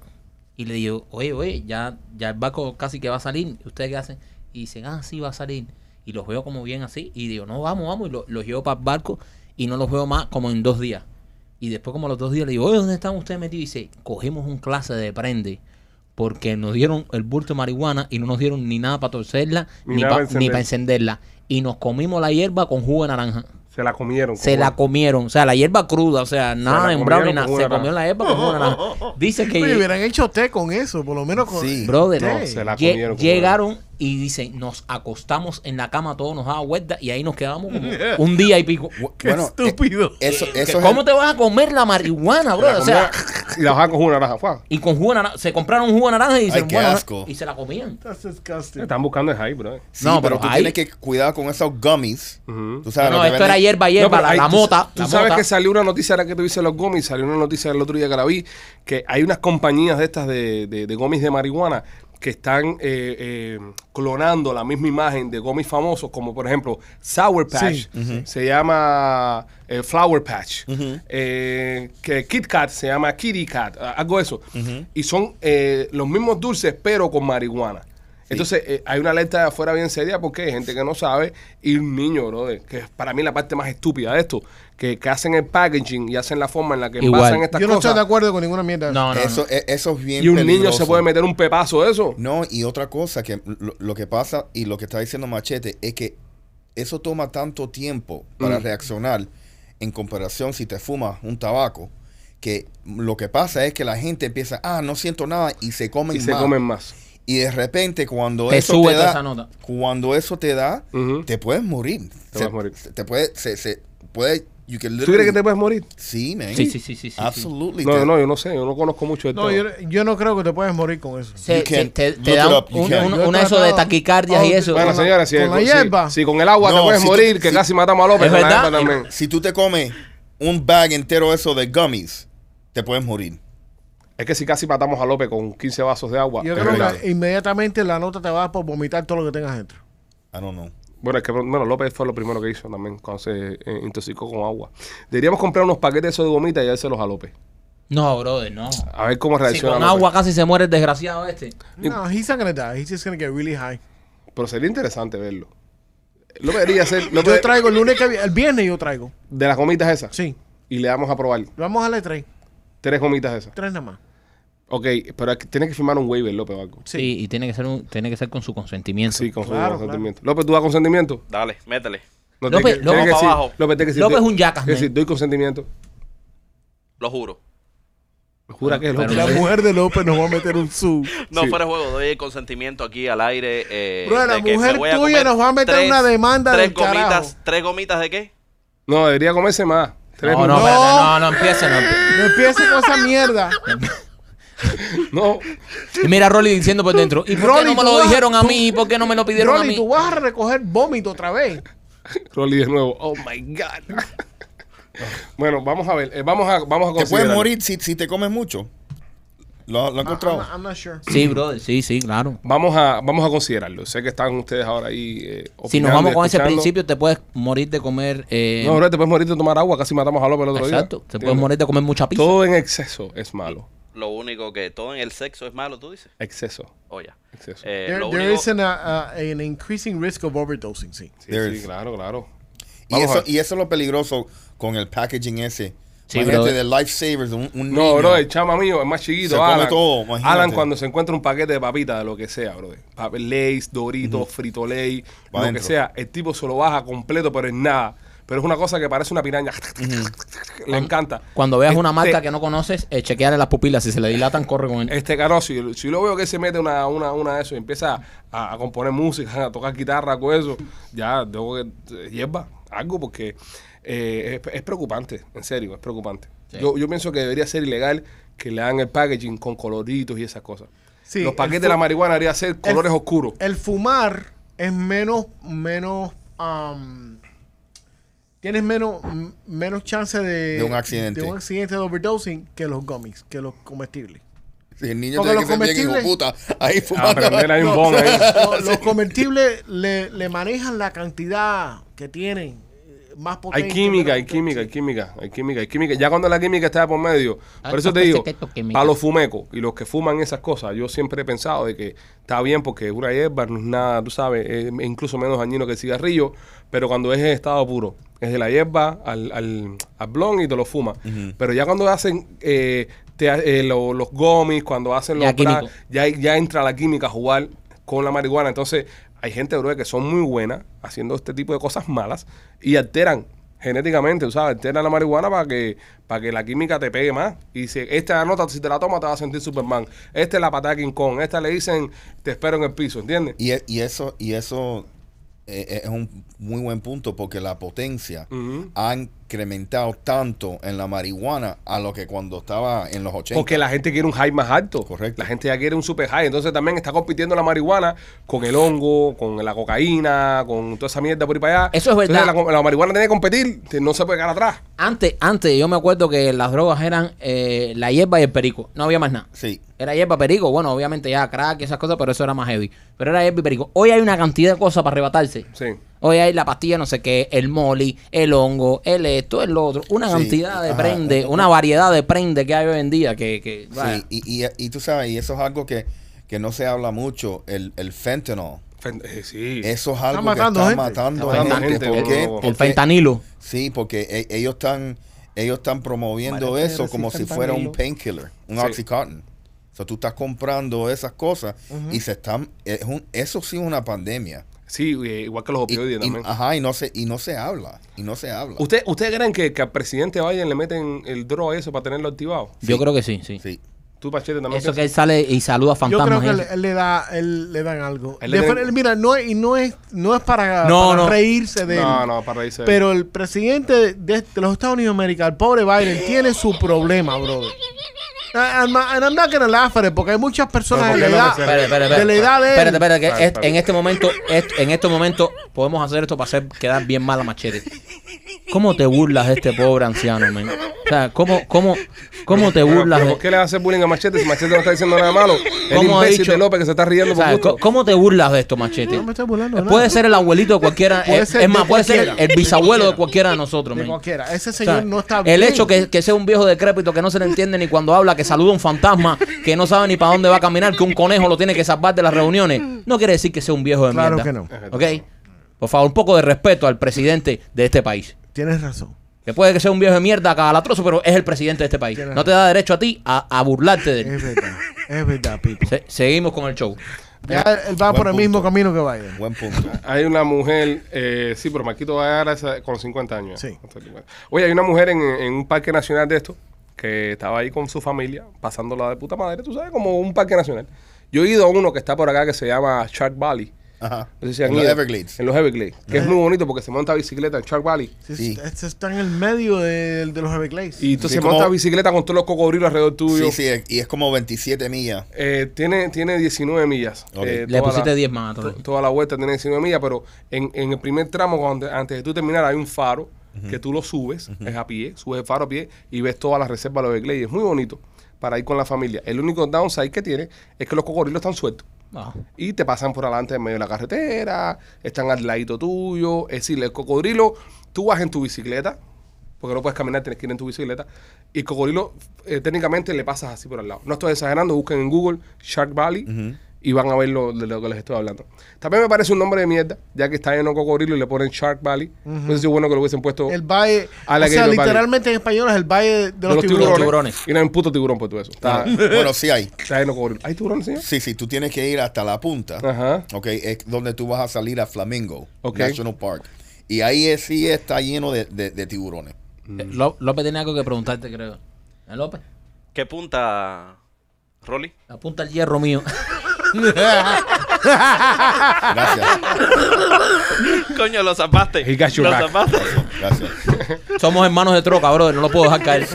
Speaker 2: Y le digo, oye, oye, ya, ya el barco casi que va a salir. ¿Ustedes qué hacen? Y dicen, ah, sí, va a salir. Y los veo como bien así. Y digo, no, vamos, vamos. Y lo- los llevo para el barco y no los veo más como en dos días. Y después como a los dos días le digo, oye, ¿dónde están ustedes metidos? Y dice, cogimos un clase de prende porque nos dieron el bulto de marihuana y no nos dieron ni nada para torcerla,
Speaker 1: Ni
Speaker 2: ni,
Speaker 1: nada para
Speaker 2: pa- ni
Speaker 1: encender.
Speaker 2: para encenderla. Y nos comimos la hierba con jugo de naranja.
Speaker 1: Se la comieron.
Speaker 2: Se la comieron, o sea, la hierba cruda, o sea, nada
Speaker 1: la
Speaker 2: sembrado ni
Speaker 1: comieron
Speaker 2: nada.
Speaker 1: con jugo
Speaker 2: Se
Speaker 1: de naranja.
Speaker 2: comieron la hierba con jugo
Speaker 1: <laughs>
Speaker 2: de naranja. Dice que.
Speaker 3: Oye, hubieran hecho té con eso, por lo menos con.
Speaker 4: Sí.
Speaker 2: Brother,
Speaker 3: No,
Speaker 2: eh,
Speaker 1: se la
Speaker 2: lle-
Speaker 1: comieron, como
Speaker 2: llegaron y dicen, nos acostamos en la cama, todos nos damos vuelta y ahí nos quedamos
Speaker 1: <laughs>
Speaker 2: como un día y pico.
Speaker 3: Qué estúpido.
Speaker 4: eh, Eso,
Speaker 2: Que,
Speaker 4: eso es
Speaker 2: ¿Cómo
Speaker 4: el-
Speaker 2: te vas a comer la marihuana, bro?
Speaker 1: comieron
Speaker 2: O sea,
Speaker 1: y la bajaban con una naranja. Fua.
Speaker 2: y con jugo de naranja, se compraron un jugo de naranja y dicen,
Speaker 4: qué
Speaker 2: bueno,
Speaker 4: asco.
Speaker 2: y se la comían.
Speaker 3: That's disgusting.
Speaker 1: Están buscando el hype, bro.
Speaker 4: Sí,
Speaker 2: No,
Speaker 4: pero
Speaker 2: pero
Speaker 4: tú
Speaker 2: ahí-
Speaker 4: tienes que cuidar con esos gummies.
Speaker 1: Ujú.
Speaker 4: Tú sabes
Speaker 2: no,
Speaker 4: lo que
Speaker 2: esto era
Speaker 4: venden.
Speaker 2: hierba,
Speaker 1: No,
Speaker 2: hierba,
Speaker 1: pero
Speaker 2: la,
Speaker 1: hay-
Speaker 2: la
Speaker 1: tú-
Speaker 2: mota.
Speaker 1: Tú
Speaker 2: la
Speaker 1: sabes
Speaker 2: mota.
Speaker 1: que salió una noticia ahora que tuviste los gomis, salió una noticia el otro día que la vi, que hay unas compañías de estas de, de, de gomis de marihuana que están eh, eh, clonando la misma imagen de gomis famosos, como por ejemplo Sour Patch,
Speaker 3: Sí.
Speaker 1: se llama eh, Flower Patch, eh, que Kit Kat se llama Kitty Cat, a- algo de eso. Y son eh, los mismos dulces, pero con marihuana. Entonces, eh, hay una alerta de afuera bien seria porque hay gente que no sabe y un niño, brother, que es para mí la parte más estúpida de esto, que, que hacen el packaging y hacen la forma en la que
Speaker 2: Igual.
Speaker 1: envasan estas
Speaker 3: Yo no estoy
Speaker 1: cosas.
Speaker 3: de acuerdo con ninguna mierda.
Speaker 2: No, no, no.
Speaker 4: Eso, e- eso es bien
Speaker 1: y un niño
Speaker 4: peligroso.
Speaker 1: se puede meter un pepazo de eso.
Speaker 4: No, y otra cosa que lo, lo que pasa y lo que está diciendo Machete es que eso toma tanto tiempo para
Speaker 1: Mm.
Speaker 4: reaccionar en comparación si te fumas un tabaco, que lo que pasa es que la gente empieza, ah, no siento nada y se comen
Speaker 1: y se
Speaker 4: más.
Speaker 1: comen más.
Speaker 4: Y de repente cuando
Speaker 2: Te
Speaker 4: eso
Speaker 2: sube
Speaker 4: te
Speaker 2: toda
Speaker 4: da,
Speaker 2: esa nota.
Speaker 4: cuando eso te da,
Speaker 1: Ujú.
Speaker 4: te puedes morir.
Speaker 1: Te
Speaker 4: Se-
Speaker 1: puedes morir.
Speaker 4: se- Te puede, se, se puede,
Speaker 1: ¿Tú
Speaker 4: you can
Speaker 1: crees que
Speaker 4: literally-
Speaker 1: te puedes morir?
Speaker 4: Sí, man.
Speaker 2: Sí, sí, sí, sí, sí, sí.
Speaker 4: Absolutely.
Speaker 1: No,
Speaker 4: Te-
Speaker 1: no, yo no sé, yo no conozco mucho de
Speaker 3: No,
Speaker 1: todo.
Speaker 3: yo, yo no creo que te puedes morir con eso.
Speaker 2: Se-
Speaker 4: You
Speaker 2: se-
Speaker 4: can
Speaker 2: te, te
Speaker 4: look
Speaker 2: da
Speaker 4: it
Speaker 2: un-
Speaker 4: up, you
Speaker 2: un-
Speaker 4: can.
Speaker 2: un-
Speaker 3: Yo he
Speaker 2: una eso de
Speaker 3: tratado-
Speaker 2: taquicardias y
Speaker 3: Oh,
Speaker 2: eso.
Speaker 1: Bueno,
Speaker 3: Con la-
Speaker 1: señora, si,
Speaker 3: con la
Speaker 1: si-
Speaker 3: hierba.
Speaker 1: si con el agua te
Speaker 4: No,
Speaker 1: puedes
Speaker 4: si tú-
Speaker 1: morir, que
Speaker 4: si-
Speaker 1: casi matamos a López,
Speaker 2: Es
Speaker 1: con la
Speaker 2: verdad.
Speaker 1: hierba también.
Speaker 4: Si tú te comes un bag entero eso de gummies, te puedes morir.
Speaker 1: Es que si casi matamos a López con 15 vasos de agua. Eh,
Speaker 3: Yo
Speaker 1: es
Speaker 3: creo
Speaker 1: verdad.
Speaker 3: que inmediatamente la nota te va a dar por vomitar todo lo que tengas dentro.
Speaker 4: I don't know.
Speaker 1: Bueno, es que bueno, López fue lo primero que hizo también cuando se eh, intoxicó con agua. Deberíamos comprar unos paquetes de esos de gomita y dárselos a López.
Speaker 2: No, brother, no.
Speaker 1: A ver cómo
Speaker 2: Si
Speaker 1: reacciona.
Speaker 2: con
Speaker 1: López.
Speaker 2: agua casi se muere el desgraciado este.
Speaker 3: No, he's not gonna die. He's just gonna get really high.
Speaker 1: Pero sería interesante verlo. López debería ser
Speaker 3: Yo
Speaker 1: López,
Speaker 3: traigo el lunes que vi- el viernes yo traigo.
Speaker 1: de las gomitas esas.
Speaker 3: Sí.
Speaker 1: Y le damos a probar
Speaker 3: Vamos a la tres.
Speaker 1: tres gomitas esas.
Speaker 3: Tres nada más.
Speaker 1: Ok, pero hay que- tiene que firmar un waiver, López, o algo.
Speaker 3: Sí.
Speaker 2: Sí, y tiene que ser un- tiene que ser con su consentimiento.
Speaker 1: Sí, con su
Speaker 3: Claro,
Speaker 1: consentimiento. López, ¿tú das consentimiento?
Speaker 5: Dale, métele.
Speaker 1: No,
Speaker 2: López-
Speaker 1: tiene que-
Speaker 2: López
Speaker 1: tiene que
Speaker 5: para
Speaker 1: decir-
Speaker 5: abajo.
Speaker 1: López, tiene que decir,
Speaker 2: López es
Speaker 1: doy-
Speaker 2: un yacas,
Speaker 1: Es decir,
Speaker 2: man.
Speaker 1: doy consentimiento.
Speaker 5: Lo juro.
Speaker 1: Jura que es López.
Speaker 2: Pero
Speaker 3: La
Speaker 2: no-
Speaker 3: mujer de López nos va a meter un sub.
Speaker 5: No,
Speaker 1: Sí.
Speaker 5: fuera de juego, doy el consentimiento aquí al aire. Eh,
Speaker 3: Bro, la
Speaker 5: de que me
Speaker 3: mujer
Speaker 5: voy a
Speaker 3: tuya
Speaker 5: comer
Speaker 3: nos va a meter una demanda
Speaker 5: tres
Speaker 3: del
Speaker 5: gomitas,
Speaker 3: carajo.
Speaker 5: ¿Tres gomitas de qué?
Speaker 1: No, debería comerse más. Tres
Speaker 2: No, no,
Speaker 1: gomitas.
Speaker 2: espérate, no, no empiece, no empiece.
Speaker 3: No empieces con esa
Speaker 1: <laughs>
Speaker 3: mierda.
Speaker 1: no.
Speaker 2: Y mira a Rolly diciendo por dentro, ¿y por qué
Speaker 3: Rolly,
Speaker 2: no me
Speaker 3: tú
Speaker 2: lo
Speaker 3: vas-
Speaker 2: dijeron a mí? ¿Por qué no me lo pidieron a
Speaker 3: Rolly,
Speaker 2: mí?
Speaker 3: tú vas a recoger vómito otra vez.
Speaker 1: Rolly de nuevo. Oh my
Speaker 2: <laughs>
Speaker 1: God. bueno, vamos a ver. eh, vamos a, vamos a
Speaker 4: Te puedes
Speaker 1: considerarlo.
Speaker 4: morir si, si te comes mucho. Lo, lo he encontrado.
Speaker 3: I'm not sure.
Speaker 2: Sí, brother, sí, sí, claro.
Speaker 1: Vamos a, vamos a considerarlo. Sé que están ustedes ahora ahí. eh,
Speaker 2: Si nos
Speaker 1: opinando
Speaker 2: vamos
Speaker 1: y
Speaker 2: con ese
Speaker 1: escuchando.
Speaker 2: principio, te puedes morir de comer. eh,
Speaker 1: No, bro, te puedes morir de tomar agua. Casi matamos a López el otro día.
Speaker 2: exacto, te puedes
Speaker 1: ¿Entiendes?
Speaker 2: morir de comer mucha pizza.
Speaker 1: Todo en exceso es malo.
Speaker 5: Lo único que todo en el sexo es malo, tú dices.
Speaker 1: Exceso.
Speaker 5: Oye.
Speaker 1: Exceso.
Speaker 5: Eh,
Speaker 3: There,
Speaker 5: lo
Speaker 3: there
Speaker 5: único-
Speaker 3: is an, uh, uh, an increasing risk of overdosing, sí.
Speaker 1: sí,
Speaker 4: there
Speaker 1: sí,
Speaker 4: is.
Speaker 1: claro, claro.
Speaker 4: y,
Speaker 1: Vamos a
Speaker 4: eso,
Speaker 1: ver.
Speaker 4: y eso es lo peligroso con el packaging ese.
Speaker 2: Sí,
Speaker 4: Imagínate
Speaker 2: brother.
Speaker 4: de lifesavers, un, un
Speaker 1: No,
Speaker 4: niño.
Speaker 1: bro, el chama mío es más chiquito.
Speaker 4: Se come
Speaker 1: Alan.
Speaker 4: todo, imagínate.
Speaker 1: Alan, cuando se encuentra un paquete de papitas, de lo que sea, bro. Pap- Lays, Doritos, Frito Lay, lo
Speaker 4: Va adentro.
Speaker 1: que sea. El tipo se lo baja completo, pero es nada. Pero es una cosa que parece una piraña. Le encanta.
Speaker 2: Cuando veas una
Speaker 1: Este-
Speaker 2: marca que no conoces, eh, chequeale las pupilas. Si se le dilatan, corre con él.
Speaker 1: Este caro, si, si lo veo que se mete una, una, una de eso y empieza a, a componer música, <laughs> a tocar guitarra con eso, ya tengo que eh, hierba, algo, porque eh, es, es preocupante, en serio, es preocupante.
Speaker 2: Sí.
Speaker 1: Yo, yo pienso que debería ser ilegal que le hagan el packaging con coloritos y esas cosas.
Speaker 3: Sí,
Speaker 1: Los paquetes
Speaker 3: el
Speaker 1: de la
Speaker 3: fu-
Speaker 1: marihuana deberían ser colores
Speaker 3: <laughs>
Speaker 1: oscuros.
Speaker 3: El fumar es menos, menos, um, tienes menos, m- menos chance de,
Speaker 4: De un accidente.
Speaker 3: de un accidente de overdosing que los gummies, que los comestibles.
Speaker 4: Si el niño
Speaker 3: Porque
Speaker 4: tiene que
Speaker 3: los
Speaker 4: ser bien hijo
Speaker 3: comestibles-
Speaker 4: puta. Ahí
Speaker 1: Ah,
Speaker 4: fumando.
Speaker 1: pero mira, hay un
Speaker 3: No,
Speaker 1: bon ahí.
Speaker 3: <laughs> Los, los comestibles le, le manejan la cantidad que tienen eh, más potente.
Speaker 1: Hay química, hay
Speaker 3: menos
Speaker 1: química, hay
Speaker 3: potente.
Speaker 1: química, hay química, hay química. Ya cuando la química está por medio, por
Speaker 2: Ah,
Speaker 1: eso te
Speaker 2: pues,
Speaker 1: digo,
Speaker 2: que esto es química.
Speaker 1: para los fumecos y los que fuman esas cosas, yo siempre he pensado de que está bien porque una hierba no es nada, tú sabes, es incluso menos dañino que el cigarrillo, pero cuando es en estado puro, es de la hierba al, al, al blon y te lo fumas. Pero ya cuando hacen eh, te- eh, lo- los gomis, cuando hacen
Speaker 2: Ya
Speaker 1: los bra-
Speaker 2: químico.
Speaker 1: ya, ya entra la química a jugar con la marihuana. Entonces, hay gente, bro, que son muy buenas haciendo este tipo de cosas malas y alteran genéticamente, tú ¿sabes? Alteran la marihuana para que, para que la química te pegue más. Y dice, esta nota, si te la tomas, te vas a sentir Superman. Esta es la patada de King Kong. Esta le dicen, te espero en el piso, ¿entiendes?
Speaker 4: Y, e- y eso, y eso eh, eh, es un muy buen punto porque la potencia
Speaker 1: Ujú.
Speaker 4: ha incrementado tanto en la marihuana a lo que cuando estaba en los 80.
Speaker 1: Porque la gente quiere un high más alto.
Speaker 4: Correcto.
Speaker 1: La gente ya quiere un super high. Entonces también está compitiendo la marihuana con el hongo, con la cocaína, con toda esa mierda por ahí para allá.
Speaker 2: Eso es verdad.
Speaker 1: Entonces, la, la marihuana tiene que competir, te- no se puede quedar atrás.
Speaker 2: Antes, antes yo me acuerdo que las drogas eran eh, la hierba y el perico. No había más nada.
Speaker 4: Sí.
Speaker 2: Era hierba, perico. Bueno, obviamente ya crack y esas cosas, pero eso era más heavy. Pero era hierba y perico. Hoy hay una cantidad de cosas para arrebatarse.
Speaker 1: Sí.
Speaker 2: Hoy hay la pastilla, no sé qué, el molly, el hongo, el esto, el otro. Una
Speaker 4: Sí,
Speaker 2: cantidad de
Speaker 4: ajá.
Speaker 2: prende, una variedad de prende que hay hoy en día que... que vaya.
Speaker 4: Sí, y, y- y tú sabes, y eso es algo que, que no se habla mucho, el, el fentanyl.
Speaker 1: Fen- eh, sí.
Speaker 4: Eso es algo
Speaker 3: matando
Speaker 4: que
Speaker 3: gente.
Speaker 4: está matando
Speaker 1: Está matando
Speaker 4: gente.
Speaker 1: gente,
Speaker 4: ¿Por
Speaker 1: boludo.
Speaker 4: qué?
Speaker 1: El
Speaker 4: Porque-
Speaker 2: el fentanilo.
Speaker 4: Sí, porque e- ellos están ellos están promoviendo
Speaker 2: Madre
Speaker 4: eso
Speaker 2: mía,
Speaker 4: como
Speaker 2: sí,
Speaker 4: si fuera un
Speaker 2: fentanilo.
Speaker 4: painkiller, un
Speaker 1: Sí.
Speaker 4: oxycontin. O sea, tú estás comprando esas cosas y se están es un- eso sí es una pandemia.
Speaker 1: Sí, eh, igual que los
Speaker 4: Y,
Speaker 1: opioides
Speaker 4: y-
Speaker 1: también.
Speaker 4: ajá, y no ah, se y no se habla, y no se habla.
Speaker 1: ¿Usted, ¿Ustedes creen que, que al presidente Biden le meten el draw a eso para tenerlo activado?
Speaker 2: Yo creo que sí, sí.
Speaker 4: Sí.
Speaker 1: Tú, Pachete, también.
Speaker 2: Eso que
Speaker 1: piensas?
Speaker 2: él sale y saluda a
Speaker 3: Yo
Speaker 2: fantasmas.
Speaker 3: creo
Speaker 2: y
Speaker 3: que
Speaker 2: eso.
Speaker 3: le, él le da, él le dan algo.
Speaker 1: Él le
Speaker 3: De-
Speaker 1: den-
Speaker 3: Mira, no es, y no es, no es para,
Speaker 2: No,
Speaker 3: para
Speaker 2: no.
Speaker 3: reírse de él.
Speaker 1: No, no, para reírse.
Speaker 3: Pero el presidente de, de los Estados Unidos de América, el pobre Biden, tiene su problema, brother. I- I'm not- and I'm not gonna laugh at it, porque hay muchas personas
Speaker 1: No,
Speaker 3: de
Speaker 1: porque
Speaker 3: la
Speaker 1: no me
Speaker 3: edad,
Speaker 1: sé.
Speaker 2: Espera, espera, espera.
Speaker 3: de la edad de él.
Speaker 2: Espérate, espérate, que
Speaker 1: Espera,
Speaker 2: es-
Speaker 1: espera.
Speaker 2: en este momento, es- en este momento podemos hacer esto para hacer quedar bien mal a Machete. ¿Cómo te burlas de este pobre anciano, men? O sea, ¿cómo, cómo, cómo te
Speaker 1: Pero,
Speaker 2: burlas
Speaker 1: pero
Speaker 2: de...
Speaker 1: ¿Por qué le hace bullying a Machete si Machete no está diciendo nada malo? El
Speaker 2: ¿Cómo ha
Speaker 1: imbécil
Speaker 2: dicho?
Speaker 1: de López que se está riendo
Speaker 2: o sea,
Speaker 1: por gusto.
Speaker 2: co- ¿Cómo te burlas de esto, Machete?
Speaker 3: No me estoy burlando de nada.
Speaker 2: Puede ser el abuelito de cualquiera, eh,
Speaker 3: Puede
Speaker 2: es,
Speaker 3: ser
Speaker 2: es más,
Speaker 3: de
Speaker 2: puede ser
Speaker 3: cualquiera.
Speaker 2: el bisabuelo de cualquiera de nosotros,
Speaker 3: de
Speaker 2: men.
Speaker 3: cualquiera. Ese
Speaker 2: O sea,
Speaker 3: señor no está bien.
Speaker 2: el hecho que, que sea un viejo decrépito que no se le entiende ni cuando habla, que saluda a un fantasma, que no sabe ni para dónde va a caminar, que un conejo lo tiene que salvar de las reuniones, no quiere decir que sea un viejo de
Speaker 3: Claro
Speaker 2: mierda.
Speaker 3: que
Speaker 1: no.
Speaker 2: ¿Ok? Por favor, un poco de respeto al presidente de este país.
Speaker 3: Tienes razón.
Speaker 2: Que puede que sea un viejo de mierda cagalatroso, pero es el presidente de este país.
Speaker 3: Tienes
Speaker 2: No te da derecho a ti a, a burlarte de él.
Speaker 3: Es verdad. Es verdad, Pipo.
Speaker 2: Se- seguimos con el show.
Speaker 3: Ya él va
Speaker 4: Buen
Speaker 3: por el mismo
Speaker 4: punto.
Speaker 3: camino que Biden.
Speaker 1: <laughs>
Speaker 4: Buen punto.
Speaker 1: Hay una mujer, eh, sí, pero Marquito va a dar esa- con los 50 años.
Speaker 3: Sí.
Speaker 1: Oye, hay una mujer en, en un parque nacional de esto que estaba ahí con su familia, pasándola de puta madre, tú sabes, como un parque nacional. Yo he ido a uno que está por acá que se llama Shark Valley.
Speaker 4: Ajá.
Speaker 1: No sé si han
Speaker 4: en los
Speaker 1: ido.
Speaker 4: Everglades.
Speaker 1: En los Everglades. Que es muy bonito porque se monta bicicleta en Shark Valley.
Speaker 3: Sí,
Speaker 4: Sí.
Speaker 3: Este está en el medio de, de los Everglades.
Speaker 1: Y entonces
Speaker 4: Sí,
Speaker 1: monta
Speaker 4: como-
Speaker 1: bicicleta con todos los cocodrilos alrededor tuyo.
Speaker 4: Sí, sí, es- y es como 27 millas.
Speaker 1: Eh, tiene, tiene 19 millas.
Speaker 4: Ok.
Speaker 1: Eh,
Speaker 2: Le
Speaker 1: toda
Speaker 2: pusiste
Speaker 1: la-
Speaker 2: 10 más a todo.
Speaker 1: to- Toda la vuelta tiene 19 millas, pero en, en el primer tramo, cuando, antes de tú terminar, hay un faro que tú lo subes, es a pie, subes el faro a pie y ves todas las reservas de los Everglades. Es muy bonito para ir con la familia. El único downside que tiene es que los cocodrilos están sueltos.
Speaker 2: No.
Speaker 1: Y te pasan por adelante en medio de la carretera, están al ladito tuyo. Es decir, el cocodrilo, tú vas en tu bicicleta, porque no puedes caminar, tienes que ir en tu bicicleta. Y el cocodrilo, eh, técnicamente, le pasas así por al lado. No estoy exagerando, busquen en Google Shark Valley y van a ver lo, de lo que les estoy hablando. También me parece un nombre de mierda, ya que está lleno de cocodrilo y le ponen Shark Valley. No sé si es bueno que lo hubiesen puesto
Speaker 3: el valle.
Speaker 1: A la
Speaker 3: o
Speaker 1: que
Speaker 3: sea,
Speaker 1: el valle.
Speaker 3: literalmente en español es el valle de,
Speaker 1: de
Speaker 3: los, tiburones.
Speaker 2: tiburones.
Speaker 1: Y no hay un puto tiburón por todo eso. Está,
Speaker 4: bueno, sí hay.
Speaker 1: está lleno de cocodrilo. ¿Hay tiburones, señor?
Speaker 4: Sí, sí, tú tienes que ir hasta la punta.
Speaker 1: Ajá.
Speaker 4: Ok, es donde tú vas a salir a Flamingo
Speaker 1: Ah. Ok.
Speaker 4: National Park. Y ahí es- sí está lleno de, de- de tiburones.
Speaker 2: Eh, Ló- López tiene algo que preguntarte, creo. ¿Eh, López?
Speaker 5: ¿Qué punta, Rolly? <laughs>
Speaker 2: Apunta el hierro mío. <laughs>
Speaker 4: Gracias.
Speaker 5: Coño, lo zapaste.
Speaker 1: He got your
Speaker 5: Lo
Speaker 1: back.
Speaker 5: zapaste.
Speaker 4: Gracias.
Speaker 2: Somos hermanos de troca, brother. No lo puedo dejar caer.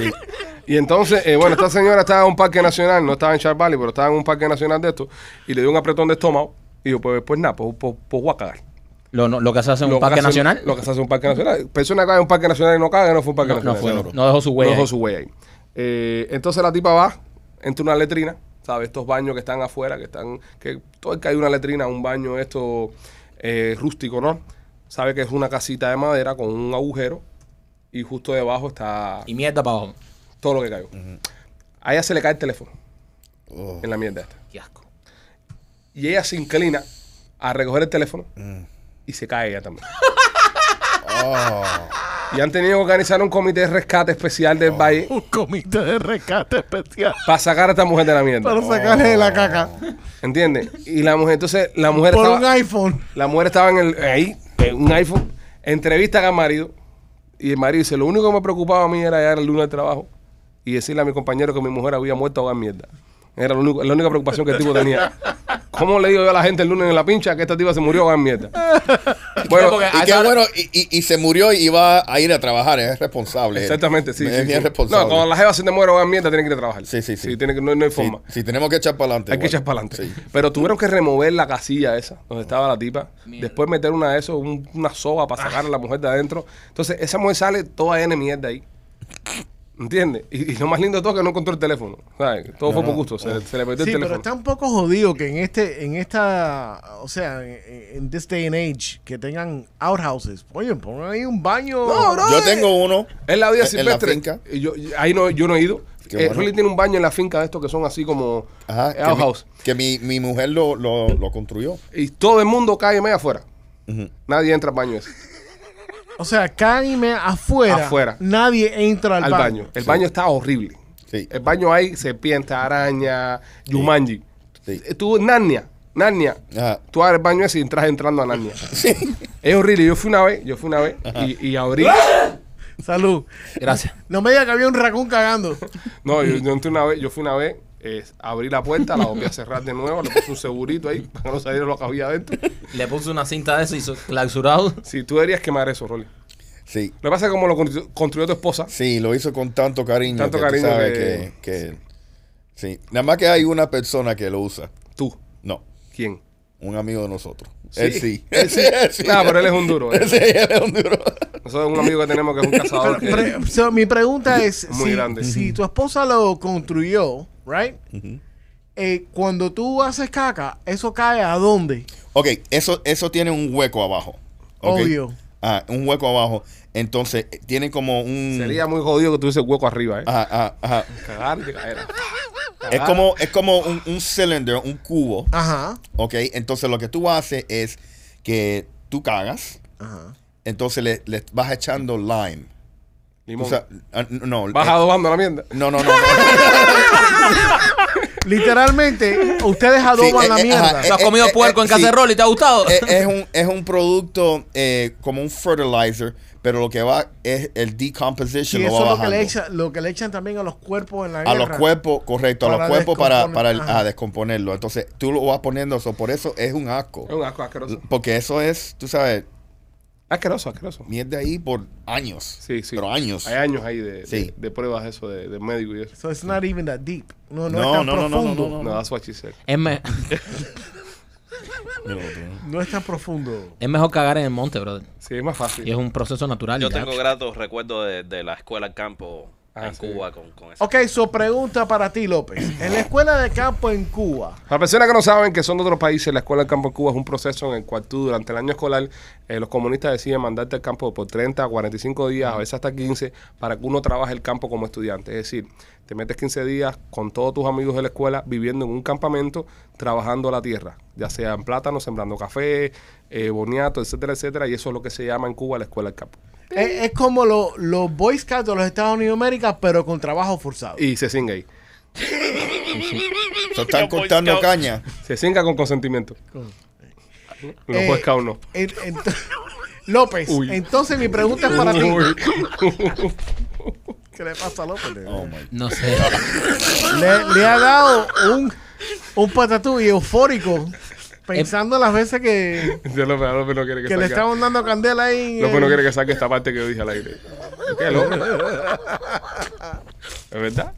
Speaker 1: Y entonces, eh, bueno, esta señora estaba en un parque nacional, no estaba en Shark Valley, pero estaba en un parque nacional de esto, y le dio un apretón de estómago, y yo, pues, pues nada, pues, pues, pues voy a cagar.
Speaker 2: Lo, no- lo que se hace en
Speaker 1: Lo
Speaker 2: un
Speaker 1: que
Speaker 2: parque
Speaker 1: hace-
Speaker 2: nacional.
Speaker 1: Lo que se hace en un parque nacional. Persona que caga en un parque nacional y no caga, no fue un parque
Speaker 2: no, no
Speaker 1: nacional.
Speaker 2: fue, no,
Speaker 4: Seguro.
Speaker 2: no dejó su
Speaker 1: No
Speaker 2: huella.
Speaker 1: dejó
Speaker 2: ahí.
Speaker 1: su huella ahí. Eh, entonces la tipa va, entra una letrina, ¿sabes? Estos baños que están afuera, que están, que todo el que hay una letrina, un baño esto eh, rústico, ¿no? Sabe que es una casita de madera con un agujero y justo debajo está
Speaker 2: Y mierda para abajo.
Speaker 1: todo lo que cayó. A ella se le cae el teléfono
Speaker 4: Oh,
Speaker 1: en la mierda esta.
Speaker 2: Qué asco.
Speaker 1: Y ella se inclina a recoger el teléfono y se cae ella también.
Speaker 4: oh.
Speaker 1: Y han tenido que organizar un comité de rescate especial del valle
Speaker 6: Un comité de rescate especial
Speaker 1: para sacar a esta mujer de la
Speaker 6: para
Speaker 1: mierda.
Speaker 6: sacarle de la caca.
Speaker 1: ¿Entiendes? Y la mujer, entonces, la mujer
Speaker 3: Por
Speaker 1: estaba-
Speaker 3: un iPhone.
Speaker 1: La mujer estaba en el, ahí, en un iPhone, entrevista al marido. Y el marido dice, lo único que me preocupaba a mí era llegar el lunes al trabajo y decirle a mi compañero que mi mujer había muerto a mierda. Era lo único- la única preocupación que el tipo tenía. ¿Cómo le digo yo a la gente el lunes en la pincha que esta tipa se murió a mierda? Bueno,
Speaker 2: porque-
Speaker 4: Y qué bueno, y, y- y se murió y iba a ir a trabajar, es responsable.
Speaker 1: exactamente, sí.
Speaker 4: Es
Speaker 1: sí,
Speaker 4: bien
Speaker 1: sí.
Speaker 4: responsable.
Speaker 1: No, cuando la jeva se te muere a mierda, tienen que ir a trabajar.
Speaker 4: Sí, sí, sí.
Speaker 1: tiene que, no, no hay forma.
Speaker 4: si, si tenemos que echar para adelante.
Speaker 1: Hay que echar para adelante. Pero tuvieron que remover la casilla esa
Speaker 4: Ah.
Speaker 1: donde estaba la tipa. Después meter una de esos, un- una soga para sacar a la mujer de adentro. Entonces, esa mujer sale toda N mierda ahí. ¿Entiendes? Y, y lo más lindo de todo es que no encontró el teléfono. ¿sabes? Todo fue por gusto. Se, le- se le perdió
Speaker 3: Sí,
Speaker 1: el
Speaker 3: pero
Speaker 1: teléfono.
Speaker 3: está un poco jodido que en este, en esta, o sea, en, en this day and age, que tengan outhouses. Oye, pongan ahí un baño.
Speaker 1: No, bro.
Speaker 4: Yo tengo uno.
Speaker 1: Es la vida
Speaker 4: En- en la
Speaker 1: silvestre.
Speaker 4: finca.
Speaker 1: Y Yo, y ahí no, yo no he ido.
Speaker 4: Qué
Speaker 1: Eh,
Speaker 4: bueno.
Speaker 1: Rolly tiene un baño en la finca de estos que son así como eh,
Speaker 4: Ajá, que mi-
Speaker 1: outhouse.
Speaker 4: que mi, mi mujer lo, lo, lo construyó.
Speaker 1: Y todo el mundo cae medio afuera. Nadie entra al baño ese.
Speaker 3: O sea, cállame afuera.
Speaker 1: Afuera.
Speaker 3: Nadie entra al,
Speaker 1: al baño. El baño está horrible.
Speaker 4: Sí.
Speaker 1: El baño hay serpientes, araña, Yumanji.
Speaker 4: Sí.
Speaker 1: Tú, Narnia, Narnia.
Speaker 4: Ajá.
Speaker 1: Tú abres el baño ese y entras entrando a Narnia. Es horrible. Yo fui una vez, yo fui una vez y, y abrí.
Speaker 3: Salud.
Speaker 1: <laughs>
Speaker 2: Gracias.
Speaker 3: No me diga que había un racón cagando.
Speaker 1: No, yo, yo entré una vez, yo fui una vez, eh, abrí la puerta, la volví a cerrar de nuevo, le puse un segurito ahí para que no saliera lo que había adentro.
Speaker 2: Le puse una cinta de eso y so- clausurado.
Speaker 1: Sí, tú deberías quemar eso, Rolly.
Speaker 4: Sí,
Speaker 1: Lo que pasa es que como lo construyó, construyó tu esposa,
Speaker 4: sí, lo hizo con tanto cariño.
Speaker 1: Tanto
Speaker 4: que tú
Speaker 1: cariño
Speaker 4: sabes
Speaker 1: que-
Speaker 4: que- que- sí. Nada más que hay una persona que lo usa.
Speaker 1: tú.
Speaker 4: No,
Speaker 1: ¿Quién?
Speaker 4: un amigo de nosotros.
Speaker 1: Sí.
Speaker 4: Él sí. Él sí. <laughs> Él sí.
Speaker 1: No, pero él es un duro. eh.
Speaker 4: Sí, él es un duro.
Speaker 1: Nosotros un amigo que tenemos que es un
Speaker 3: <laughs> Pero,
Speaker 1: cazador. que-
Speaker 3: pre- so, mi pregunta es,
Speaker 1: Muy
Speaker 3: si,
Speaker 1: grande.
Speaker 3: si tu esposa lo construyó, right? Eh, cuando tú haces caca, ¿eso cae a dónde?
Speaker 4: Ok, eso, eso tiene un hueco abajo. ok.
Speaker 3: Obvio.
Speaker 4: Ah, un hueco abajo. Entonces, eh, tiene como un.
Speaker 1: Sería muy jodido que tuviese hueco arriba, ¿eh?
Speaker 4: Ajá, ajá, ajá.
Speaker 1: Cagar y te caer.
Speaker 4: Es como, es como un, un cilindro, un cubo.
Speaker 3: Ajá.
Speaker 4: Ok, entonces lo que tú haces es que tú cagas.
Speaker 3: Ajá.
Speaker 4: Entonces le, le vas echando lime.
Speaker 1: Limón.
Speaker 4: O sea, ah, no.
Speaker 1: Vas
Speaker 4: eh,
Speaker 1: adobando la mierda.
Speaker 4: no, no, no. no. <laughs>
Speaker 3: Literalmente, ustedes adoban
Speaker 4: Sí,
Speaker 3: la
Speaker 4: eh, eh,
Speaker 3: mierda.
Speaker 4: ajá,
Speaker 2: ¿Tú has
Speaker 4: Eh,
Speaker 2: comido
Speaker 4: eh,
Speaker 2: puerco
Speaker 4: eh,
Speaker 2: en
Speaker 4: sí.
Speaker 2: cacerol y te ha gustado?
Speaker 1: Eh,
Speaker 4: es, es un, es un producto eh, como un fertilizer, pero lo que va es el decomposition.
Speaker 3: y
Speaker 4: lo
Speaker 3: eso
Speaker 4: va
Speaker 3: es lo que,
Speaker 4: bajando.
Speaker 3: le echa- lo que le echan también a los cuerpos en la
Speaker 4: A los
Speaker 3: guerra.
Speaker 4: cuerpos, correcto, a
Speaker 3: Para
Speaker 4: los cuerpos para,
Speaker 3: descomponer,
Speaker 4: para el-
Speaker 3: ajá.
Speaker 4: a descomponerlo. Entonces tú lo vas poniendo eso, por eso es un asco.
Speaker 1: Es un asco asqueroso.
Speaker 4: Porque eso es, tú sabes,
Speaker 1: Asqueroso, asqueroso.
Speaker 4: mierda ahí por años.
Speaker 1: Sí, sí.
Speaker 4: Pero años.
Speaker 1: Hay años ahí de, de-
Speaker 4: Sí.
Speaker 1: de pruebas eso, de, de médico y eso.
Speaker 3: So it's not even that deep. No, no,
Speaker 4: No,
Speaker 3: es tan
Speaker 4: no, no, no, no,
Speaker 3: profundo. No,
Speaker 4: no,
Speaker 1: No, that's what she said.
Speaker 2: <laughs> Es, me-
Speaker 3: es tan profundo.
Speaker 2: es mejor cagar en el monte, brother.
Speaker 1: Sí, es más fácil.
Speaker 2: Y es un proceso natural.
Speaker 5: Yo
Speaker 2: ya.
Speaker 5: tengo gratos recuerdos de, de la escuela al campo
Speaker 1: Ah,
Speaker 5: en
Speaker 1: sí.
Speaker 5: Cuba con, con esa.
Speaker 3: Ok, so pregunta para ti, López. En la escuela de campo en Cuba,
Speaker 1: Para personas que no saben que son de otros países, la escuela del campo en Cuba es un proceso en el cual tú durante el año escolar eh, los comunistas deciden mandarte al campo por 30, 45 días, a veces hasta 15, para que uno trabaje el campo como estudiante. Es decir, te metes 15 días con todos tus amigos de la escuela viviendo en un campamento, trabajando la tierra, ya sea en plátano, sembrando café, eh, boniato, etcétera, etcétera. Y eso es lo que se llama en Cuba la escuela del campo.
Speaker 3: es, es como lo- los Boy Scouts de los Estados Unidos de América, pero con trabajo forzado.
Speaker 1: Y se singa ahí.
Speaker 4: Se están cortando
Speaker 5: Scout.
Speaker 4: caña.
Speaker 1: Se singa con consentimiento. Los
Speaker 3: Eh,
Speaker 1: Boy Scouts no.
Speaker 3: en- ent- <laughs> López,
Speaker 1: Uy.
Speaker 3: entonces mi pregunta es
Speaker 1: <laughs>
Speaker 3: para ti.
Speaker 1: Uy.
Speaker 3: ¿Qué le pasa a López?
Speaker 4: Oh my.
Speaker 1: <laughs>
Speaker 2: No sé.
Speaker 3: Le, le ha dado un, un patatú y eufórico pensando las veces que,
Speaker 1: Yo López, a López no quiere que,
Speaker 3: que le
Speaker 1: salga.
Speaker 3: estaban dando candela ahí. en
Speaker 1: López
Speaker 3: el-
Speaker 1: no quiere que saque esta parte que yo dije al aire. ¿Qué,
Speaker 3: <laughs>
Speaker 1: López? ¿Es verdad?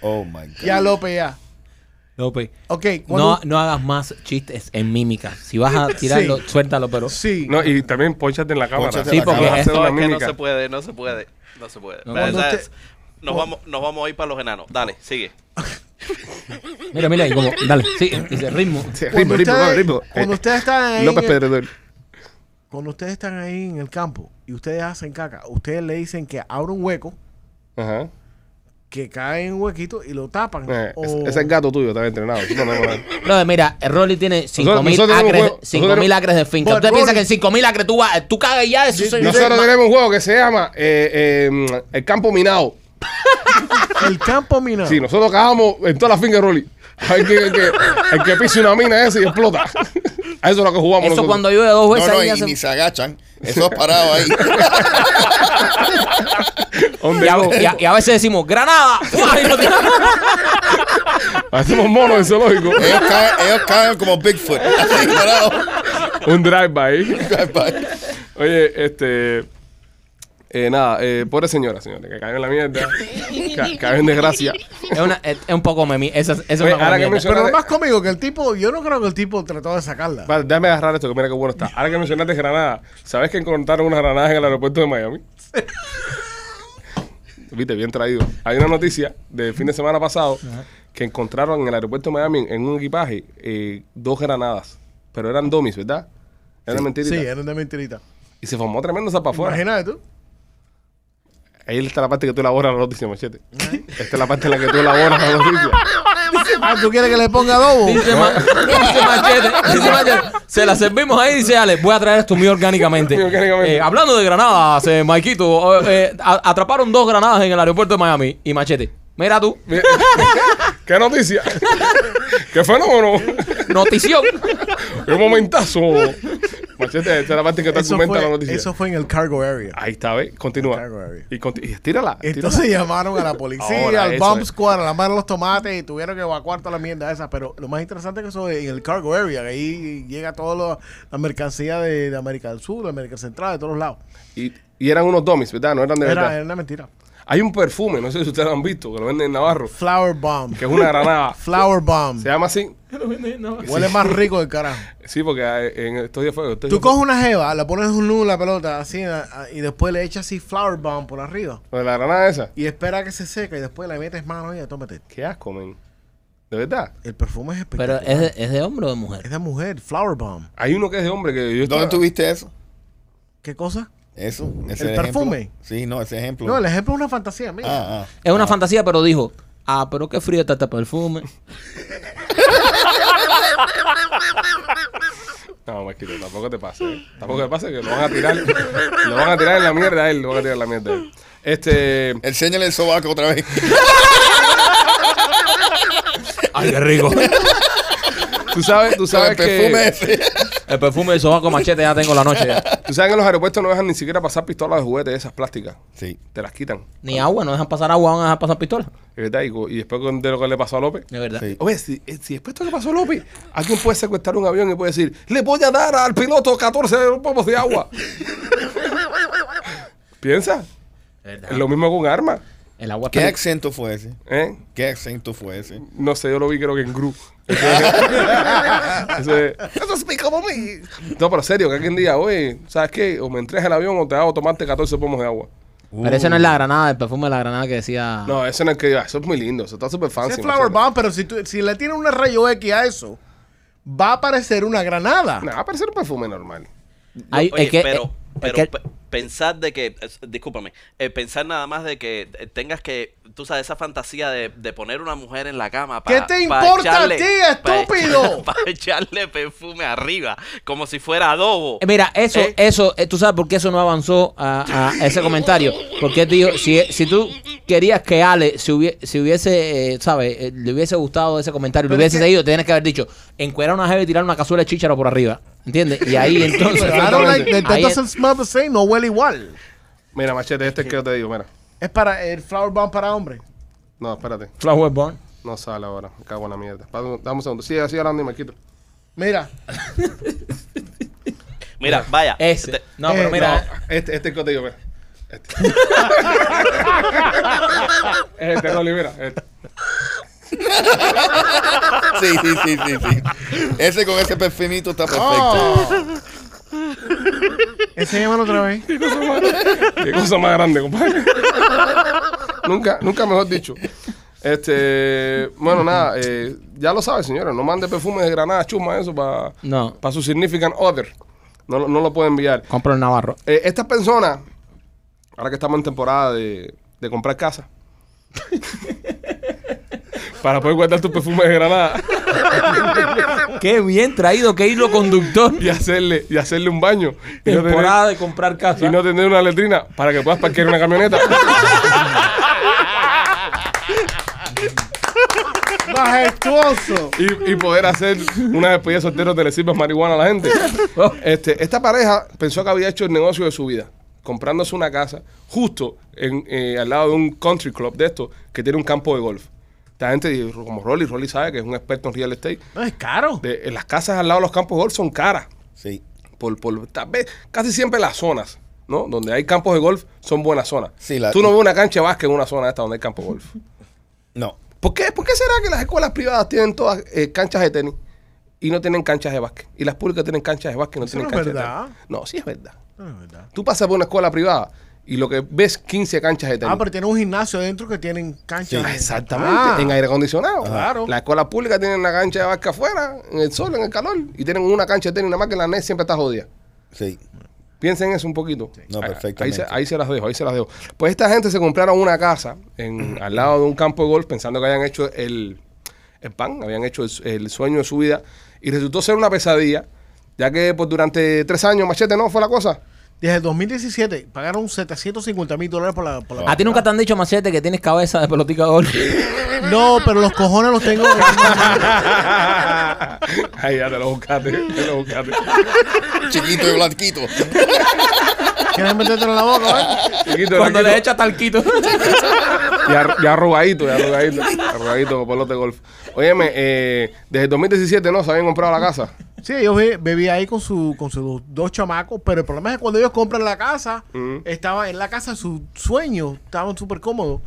Speaker 4: Oh my God.
Speaker 3: Ya, López, ya.
Speaker 2: López.
Speaker 3: Ok,
Speaker 2: No, pues,
Speaker 3: cuando-
Speaker 2: no hagas más chistes en mímica. Si vas a tirarlo,
Speaker 3: Sí.
Speaker 2: suéltalo, pero.
Speaker 3: Sí.
Speaker 1: No, y también ponchate en la cámara.
Speaker 4: Pónchate
Speaker 2: en la cámara.
Speaker 1: hacer
Speaker 5: No,
Speaker 1: una
Speaker 5: es que no
Speaker 1: mímica.
Speaker 5: se puede, no se puede, no se puede.
Speaker 2: No,
Speaker 5: Pero
Speaker 2: cuando
Speaker 5: esa
Speaker 3: usted-
Speaker 5: es- nos, vamos, nos vamos a ir para los enanos. Dale, sigue.
Speaker 2: Mira, mira,
Speaker 1: <laughs>
Speaker 2: y como. Dale, sí, dice ritmo.
Speaker 1: Sí, ritmo,
Speaker 3: Cuando
Speaker 1: ritmo,
Speaker 3: ustedes-
Speaker 1: ritmo.
Speaker 3: cuando
Speaker 1: Eh,
Speaker 3: ustedes están ahí en
Speaker 1: López
Speaker 3: el-
Speaker 1: Pedredor.
Speaker 3: Cuando ustedes están ahí en el campo y ustedes hacen caca, ustedes le dicen que abra un hueco,
Speaker 1: Ajá.
Speaker 3: que cae en un huequito y lo tapan.
Speaker 1: Eh,
Speaker 3: o-
Speaker 1: ese, ese es el gato tuyo, está entrenado. Tú no, no, no.
Speaker 2: Brother, mira, Rolly tiene 5000
Speaker 1: nosotros tenemos
Speaker 2: acres,
Speaker 1: huevo-
Speaker 2: 5000
Speaker 1: nosotros-
Speaker 2: acres de finca.
Speaker 3: Bueno,
Speaker 2: Usted piensa
Speaker 3: Rolly-
Speaker 2: que en 5000 acres tú vas, tú cagas ya eso. se-
Speaker 1: Nosotros tenemos un juego que se llama eh, eh, El Campo Minado.
Speaker 3: <laughs> El campo minado.
Speaker 1: Sí, nosotros cagamos en todas las fincas de Rolly. Hay que, el que, el que pise una mina esa y explota. A eso es lo que jugamos
Speaker 2: Eso
Speaker 1: nosotros.
Speaker 2: cuando llueve dos
Speaker 4: No,
Speaker 3: pues,
Speaker 2: veces
Speaker 4: no,
Speaker 2: ahí
Speaker 4: y
Speaker 2: ya se-
Speaker 4: ni se agachan. Eso es parado ahí. <laughs>
Speaker 1: Donde
Speaker 2: <laughs> y a,
Speaker 1: no-
Speaker 2: y a- y a veces decimos, ¡Granada! <laughs> ¡Fua! Y lo tiramos.
Speaker 1: Hacemos monos en zoológico.
Speaker 2: <laughs> ¿Eh?
Speaker 4: Ellos caen, ellos caen como Bigfoot. Así, parado.
Speaker 1: un drive-by.
Speaker 4: Bye.
Speaker 1: Oye, este. eh, nada, eh, pobre señora, señores, que cayó en la mierda. Ca- cayó en desgracia.
Speaker 2: es, una- es- es un poco memi. Esa, esa es
Speaker 1: Oye,
Speaker 2: una
Speaker 1: ahora que
Speaker 2: mierda.
Speaker 1: mencionaste-
Speaker 3: Pero lo más cómico que el tipo, yo no creo que el tipo trató de sacarla.
Speaker 1: Vale, déjame agarrar esto, que mira qué bueno está. Ahora que mencionaste Granada, ¿sabes que encontraron unas granadas en el aeropuerto de
Speaker 3: <laughs>
Speaker 1: Miami? Viste, bien traído. Hay una noticia del fin de semana pasado que encontraron en el aeropuerto de Miami, en un equipaje, eh, dos granadas. Pero eran domis, ¿verdad? Eran mentiritas.
Speaker 3: Sí, eran de mentirita.
Speaker 1: Y se formó tremendo zapafuera.
Speaker 3: Imagínate tú.
Speaker 1: Ahí está la parte que tú elaboras la noticia, machete. Esta es la parte en la que tú elaboras la
Speaker 3: <laughs>
Speaker 1: noticia.
Speaker 3: Ah, ¿tú quieres que le ponga adobo?
Speaker 2: Dice, ma- <laughs> dice Machete, dice Machete, se la servimos ahí y dice, Ale, voy a traer esto muy orgánicamente.
Speaker 1: Muy orgánicamente.
Speaker 2: Eh, hablando de granadas, eh, Maikito, eh, eh, a- atraparon dos granadas en el aeropuerto de Miami y Machete. Mira tú,
Speaker 1: Mira, ¿Qué noticia? ¿Qué
Speaker 3: <laughs>
Speaker 1: fenómeno?
Speaker 2: notición.
Speaker 1: ¡Qué momentazo! Machete, esta es la parte en que te
Speaker 3: Eso
Speaker 1: argumenta la
Speaker 3: fue,
Speaker 1: noticia.
Speaker 3: eso fue en el cargo area.
Speaker 1: Ahí está, ¿ves? Continúa.
Speaker 3: Cargo area.
Speaker 1: Y, conti- y estírala.
Speaker 3: Entonces
Speaker 1: estírala.
Speaker 3: llamaron a la policía,
Speaker 1: Ahora,
Speaker 3: al
Speaker 1: eso
Speaker 3: bomb
Speaker 1: es.
Speaker 3: squad, a la madre de los tomates y tuvieron que evacuar toda la mierda esa. Pero lo más interesante es que eso es en el cargo area, que ahí llega toda lo- la mercancía de, de América del Sur, de América Central, de todos los lados.
Speaker 1: Y, y eran unos domis, ¿verdad? No eran de
Speaker 3: Era,
Speaker 1: verdad.
Speaker 3: era una mentira.
Speaker 1: Hay un perfume, no sé si ustedes lo han visto, que lo venden en Navarro,
Speaker 3: Flower bomb.
Speaker 1: que es una
Speaker 3: <laughs>
Speaker 1: granada.
Speaker 3: Flower bomb.
Speaker 1: Se llama así.
Speaker 3: Huele más rico
Speaker 1: <laughs>
Speaker 3: del carajo.
Speaker 1: Sí, porque eh, en estos días fue. estos
Speaker 3: Tú
Speaker 1: días fue-
Speaker 3: coges una jeva, la pones un nudo en la pelota así a- a- y después le echas así flower bomb por arriba
Speaker 1: Lo de la granada esa.
Speaker 3: y espera que se seque y después le metes mano y tómate.
Speaker 1: Qué asco, men. De verdad.
Speaker 3: El perfume es
Speaker 2: <laughs> Pero
Speaker 3: espectacular.
Speaker 2: es de, es de hombre o de mujer.
Speaker 3: Es de mujer, flower bomb.
Speaker 1: Hay uno que es de hombre que yo
Speaker 4: ¿Dónde
Speaker 1: estaba-
Speaker 4: tuviste eso?
Speaker 3: ¿Qué cosa?
Speaker 4: Eso. Ese
Speaker 3: ¿El
Speaker 4: ejemplo.
Speaker 3: perfume?
Speaker 4: Sí, no, ese ejemplo.
Speaker 3: No, el ejemplo es una fantasía, mira.
Speaker 4: Ah, ah.
Speaker 2: Es una fantasía, pero dijo, ah, pero qué frío está este perfume.
Speaker 1: No, Marquito, tampoco te pase. ¿eh? Tampoco te pase que lo van a tirar. lo van a tirar en la mierda a él. Lo van a tirar en la mierda a él. Este.
Speaker 4: Enséñale el sobaco otra vez.
Speaker 2: Ay, qué rico.
Speaker 1: Tú sabes, tú
Speaker 4: Con <laughs> el
Speaker 1: sabes
Speaker 4: perfume
Speaker 1: que.
Speaker 4: ese.
Speaker 2: <laughs> El perfume de sobaco machete ya tengo la noche. ya.
Speaker 1: Tú sabes que en los aeropuertos no dejan ni siquiera pasar pistolas de juguete de esas plásticas.
Speaker 4: Sí.
Speaker 1: Te las quitan.
Speaker 2: Ni agua, no dejan pasar agua, van a dejar pasar pistola.
Speaker 1: Es verdad. Y, co- y después con- de lo que le pasó a López.
Speaker 2: De verdad.
Speaker 4: Sí.
Speaker 1: Oye, si, eh, si después de lo que pasó a López, alguien puede secuestrar un avión y puede decir: Le voy a dar al piloto 14 pomos de <laughs> agua. Piensa.
Speaker 2: De verdad.
Speaker 1: Es lo mismo con armas.
Speaker 2: El agua es
Speaker 4: ¿Qué
Speaker 2: peligrosa.
Speaker 4: acento fue ese?
Speaker 1: ¿Eh?
Speaker 4: ¿Qué acento fue ese?
Speaker 1: No sé, yo lo vi creo que en Gru. <laughs> Eso es- Eso es mi- como mi- No, pero serio, que alguien diga, oye, ¿sabes qué? O me entregas el avión o te hago tomarte 14 pomos de agua.
Speaker 2: Pero esa no es la granada, el perfume de la granada que decía.
Speaker 1: No, eso no es que eso es muy lindo, eso está súper fancy.
Speaker 3: Ese es flower
Speaker 1: machete.
Speaker 3: bomb, pero si, tú- si le tienen una rayo X a eso, va a aparecer una granada.
Speaker 1: Nah, va a parecer un perfume normal.
Speaker 2: Hay-
Speaker 5: Oye,
Speaker 2: es que- eh,
Speaker 5: pero,
Speaker 2: es
Speaker 5: pero
Speaker 2: que-
Speaker 5: pe- pensar de que, es- discúlpame, eh, pensar nada más de que eh, tengas que, tú sabes, esa fantasía de, de poner una mujer en la cama para
Speaker 3: ¿Qué te importa a ti,
Speaker 5: <laughs>
Speaker 3: estúpido?
Speaker 5: Para e- echarle perfume arriba, como si fuera adobo.
Speaker 2: Eh, Mira, eso,
Speaker 5: Eh.
Speaker 2: eso, eh, tú sabes por qué eso no avanzó a, a ese comentario. Porque él dijo, si, si tú querías que Ale se hubie- si hubiese, eh, ¿sabes? Eh, le hubiese gustado ese comentario, le
Speaker 3: Pero es
Speaker 2: hubiese
Speaker 3: que-
Speaker 2: seguido, tienes que haber dicho, encuera una jeva y tirar una cazuela de chícharo por arriba. ¿Entiendes? Y ahí entonces.
Speaker 3: Pero I don't like- that, that
Speaker 2: ahí es-
Speaker 3: doesn't smell the same, no huele igual.
Speaker 1: Mira, machete, este es que yo te digo, mira.
Speaker 3: Es para el flower bomb para hombre.
Speaker 1: No, espérate.
Speaker 2: Flower Born.
Speaker 1: No sale ahora. Me cago en la mierda. Pa- Dame un segundo. Sigue así hablando y me quito.
Speaker 3: Mira,
Speaker 2: eh,
Speaker 5: Mira, vaya.
Speaker 2: Ese.
Speaker 5: te-
Speaker 2: No,
Speaker 3: Eh,
Speaker 2: pero mira.
Speaker 1: Este, este es el que te digo, mira. Este. es este, Rolly, mira. Este.
Speaker 4: Sí, sí, sí, sí, sí. Ese con ese perfumito está perfecto.
Speaker 3: enséñamelo
Speaker 1: <laughs>
Speaker 3: otra vez.
Speaker 1: Qué cosa más grande, compadre. nunca, nunca mejor dicho. Este, bueno, nada, eh, ya lo sabes, señora. No mande perfume de granada, chuma eso para
Speaker 2: No.
Speaker 1: su significant other. No, lo- no lo puede enviar.
Speaker 2: Compro el Navarro.
Speaker 1: Eh, estas personas, ahora que estamos en temporada de, de comprar casa, <laughs> Para poder guardar tus perfumes de granada
Speaker 2: Qué bien traído, qué hilo conductor.
Speaker 1: y hacerle, y hacerle un baño. Y no, tener,
Speaker 2: Temporada de comprar casa.
Speaker 1: y no tener una letrina para que puedas parquear una camioneta.
Speaker 3: Majestuoso.
Speaker 1: y, y poder hacer una despedida de soltero donde le sirvas marihuana a la gente. Este, esta pareja pensó que había hecho el negocio de su vida, comprándose una casa justo en, eh, al lado de un country club de estos que tiene un campo de golf. Esta gente, y como Rolly, Rolly sabe que es un experto en real estate,
Speaker 3: No, es caro.
Speaker 1: de- las casas al lado de los campos de golf son caras
Speaker 4: Sí.
Speaker 1: por, por tal vez, casi siempre las zonas, ¿no? Donde hay campos de golf son buenas zonas.
Speaker 4: Sí, la-
Speaker 1: Tú no ves una cancha de básquet en una zona esta donde hay campo de golf.
Speaker 4: No.
Speaker 1: ¿Por qué, ¿Por qué será que las escuelas privadas tienen todas eh, canchas de tenis y no tienen canchas de básquet? Y las públicas tienen canchas de básquet y no
Speaker 3: Eso
Speaker 1: tienen
Speaker 3: no es
Speaker 1: canchas
Speaker 3: verdad.
Speaker 1: de tenis. No, sí es verdad.
Speaker 3: No, es verdad.
Speaker 1: Tú pasas por una escuela privada y lo que ves 15 canchas de tenis.
Speaker 3: Ah, pero tiene un gimnasio dentro que tienen cancha.
Speaker 4: Sí.
Speaker 1: Ah, Exactamente,
Speaker 3: Ah.
Speaker 1: en aire acondicionado.
Speaker 3: Claro.
Speaker 1: Las escuelas públicas tienen una cancha de básquet afuera, en el sol, en el calor, y tienen una cancha de tenis, nada más que la NES siempre está jodida.
Speaker 4: Sí.
Speaker 1: Piensen en eso un poquito.
Speaker 4: No,
Speaker 1: Ah,
Speaker 4: perfectamente.
Speaker 1: Ahí se, ahí se las dejo, ahí se las dejo. Pues esta gente se compraron una casa
Speaker 4: <clears throat>
Speaker 1: en, al lado de un campo de golf pensando que habían hecho el, el pan, habían hecho el, el sueño de su vida y resultó ser una pesadilla, ya que pues, durante tres años, machete, ¿no? Fue la
Speaker 4: <laughs>
Speaker 1: cosa.
Speaker 3: Desde el 2017 pagaron 750 mil dólares por la, por la-
Speaker 1: Ah.
Speaker 2: A ti nunca te han dicho, Machete, que tienes cabeza de pelotica de
Speaker 1: <laughs>
Speaker 2: golf.
Speaker 3: No, pero los cojones los tengo.
Speaker 1: Ahí ya te lo buscaste, te lo buscaste.
Speaker 4: Chiquito y blanquito.
Speaker 3: ¿Quieres metértelo en la boca, ¿eh?
Speaker 1: Chiquito,
Speaker 2: Cuando
Speaker 1: chiquito.
Speaker 2: le echa <laughs> talquito.
Speaker 1: Y, ar- y arrugadito, y arrugadito, arrugadito con pelote de golf. Óyeme, eh, desde el 2017, ¿no? Se habían comprado la casa.
Speaker 2: Eh,
Speaker 3: Sí, ellos vi- vivían ahí con, su, con sus dos, dos chamacos, pero el problema es que cuando ellos compran la casa, estaban en la casa de su sueño, estaban súper cómodos.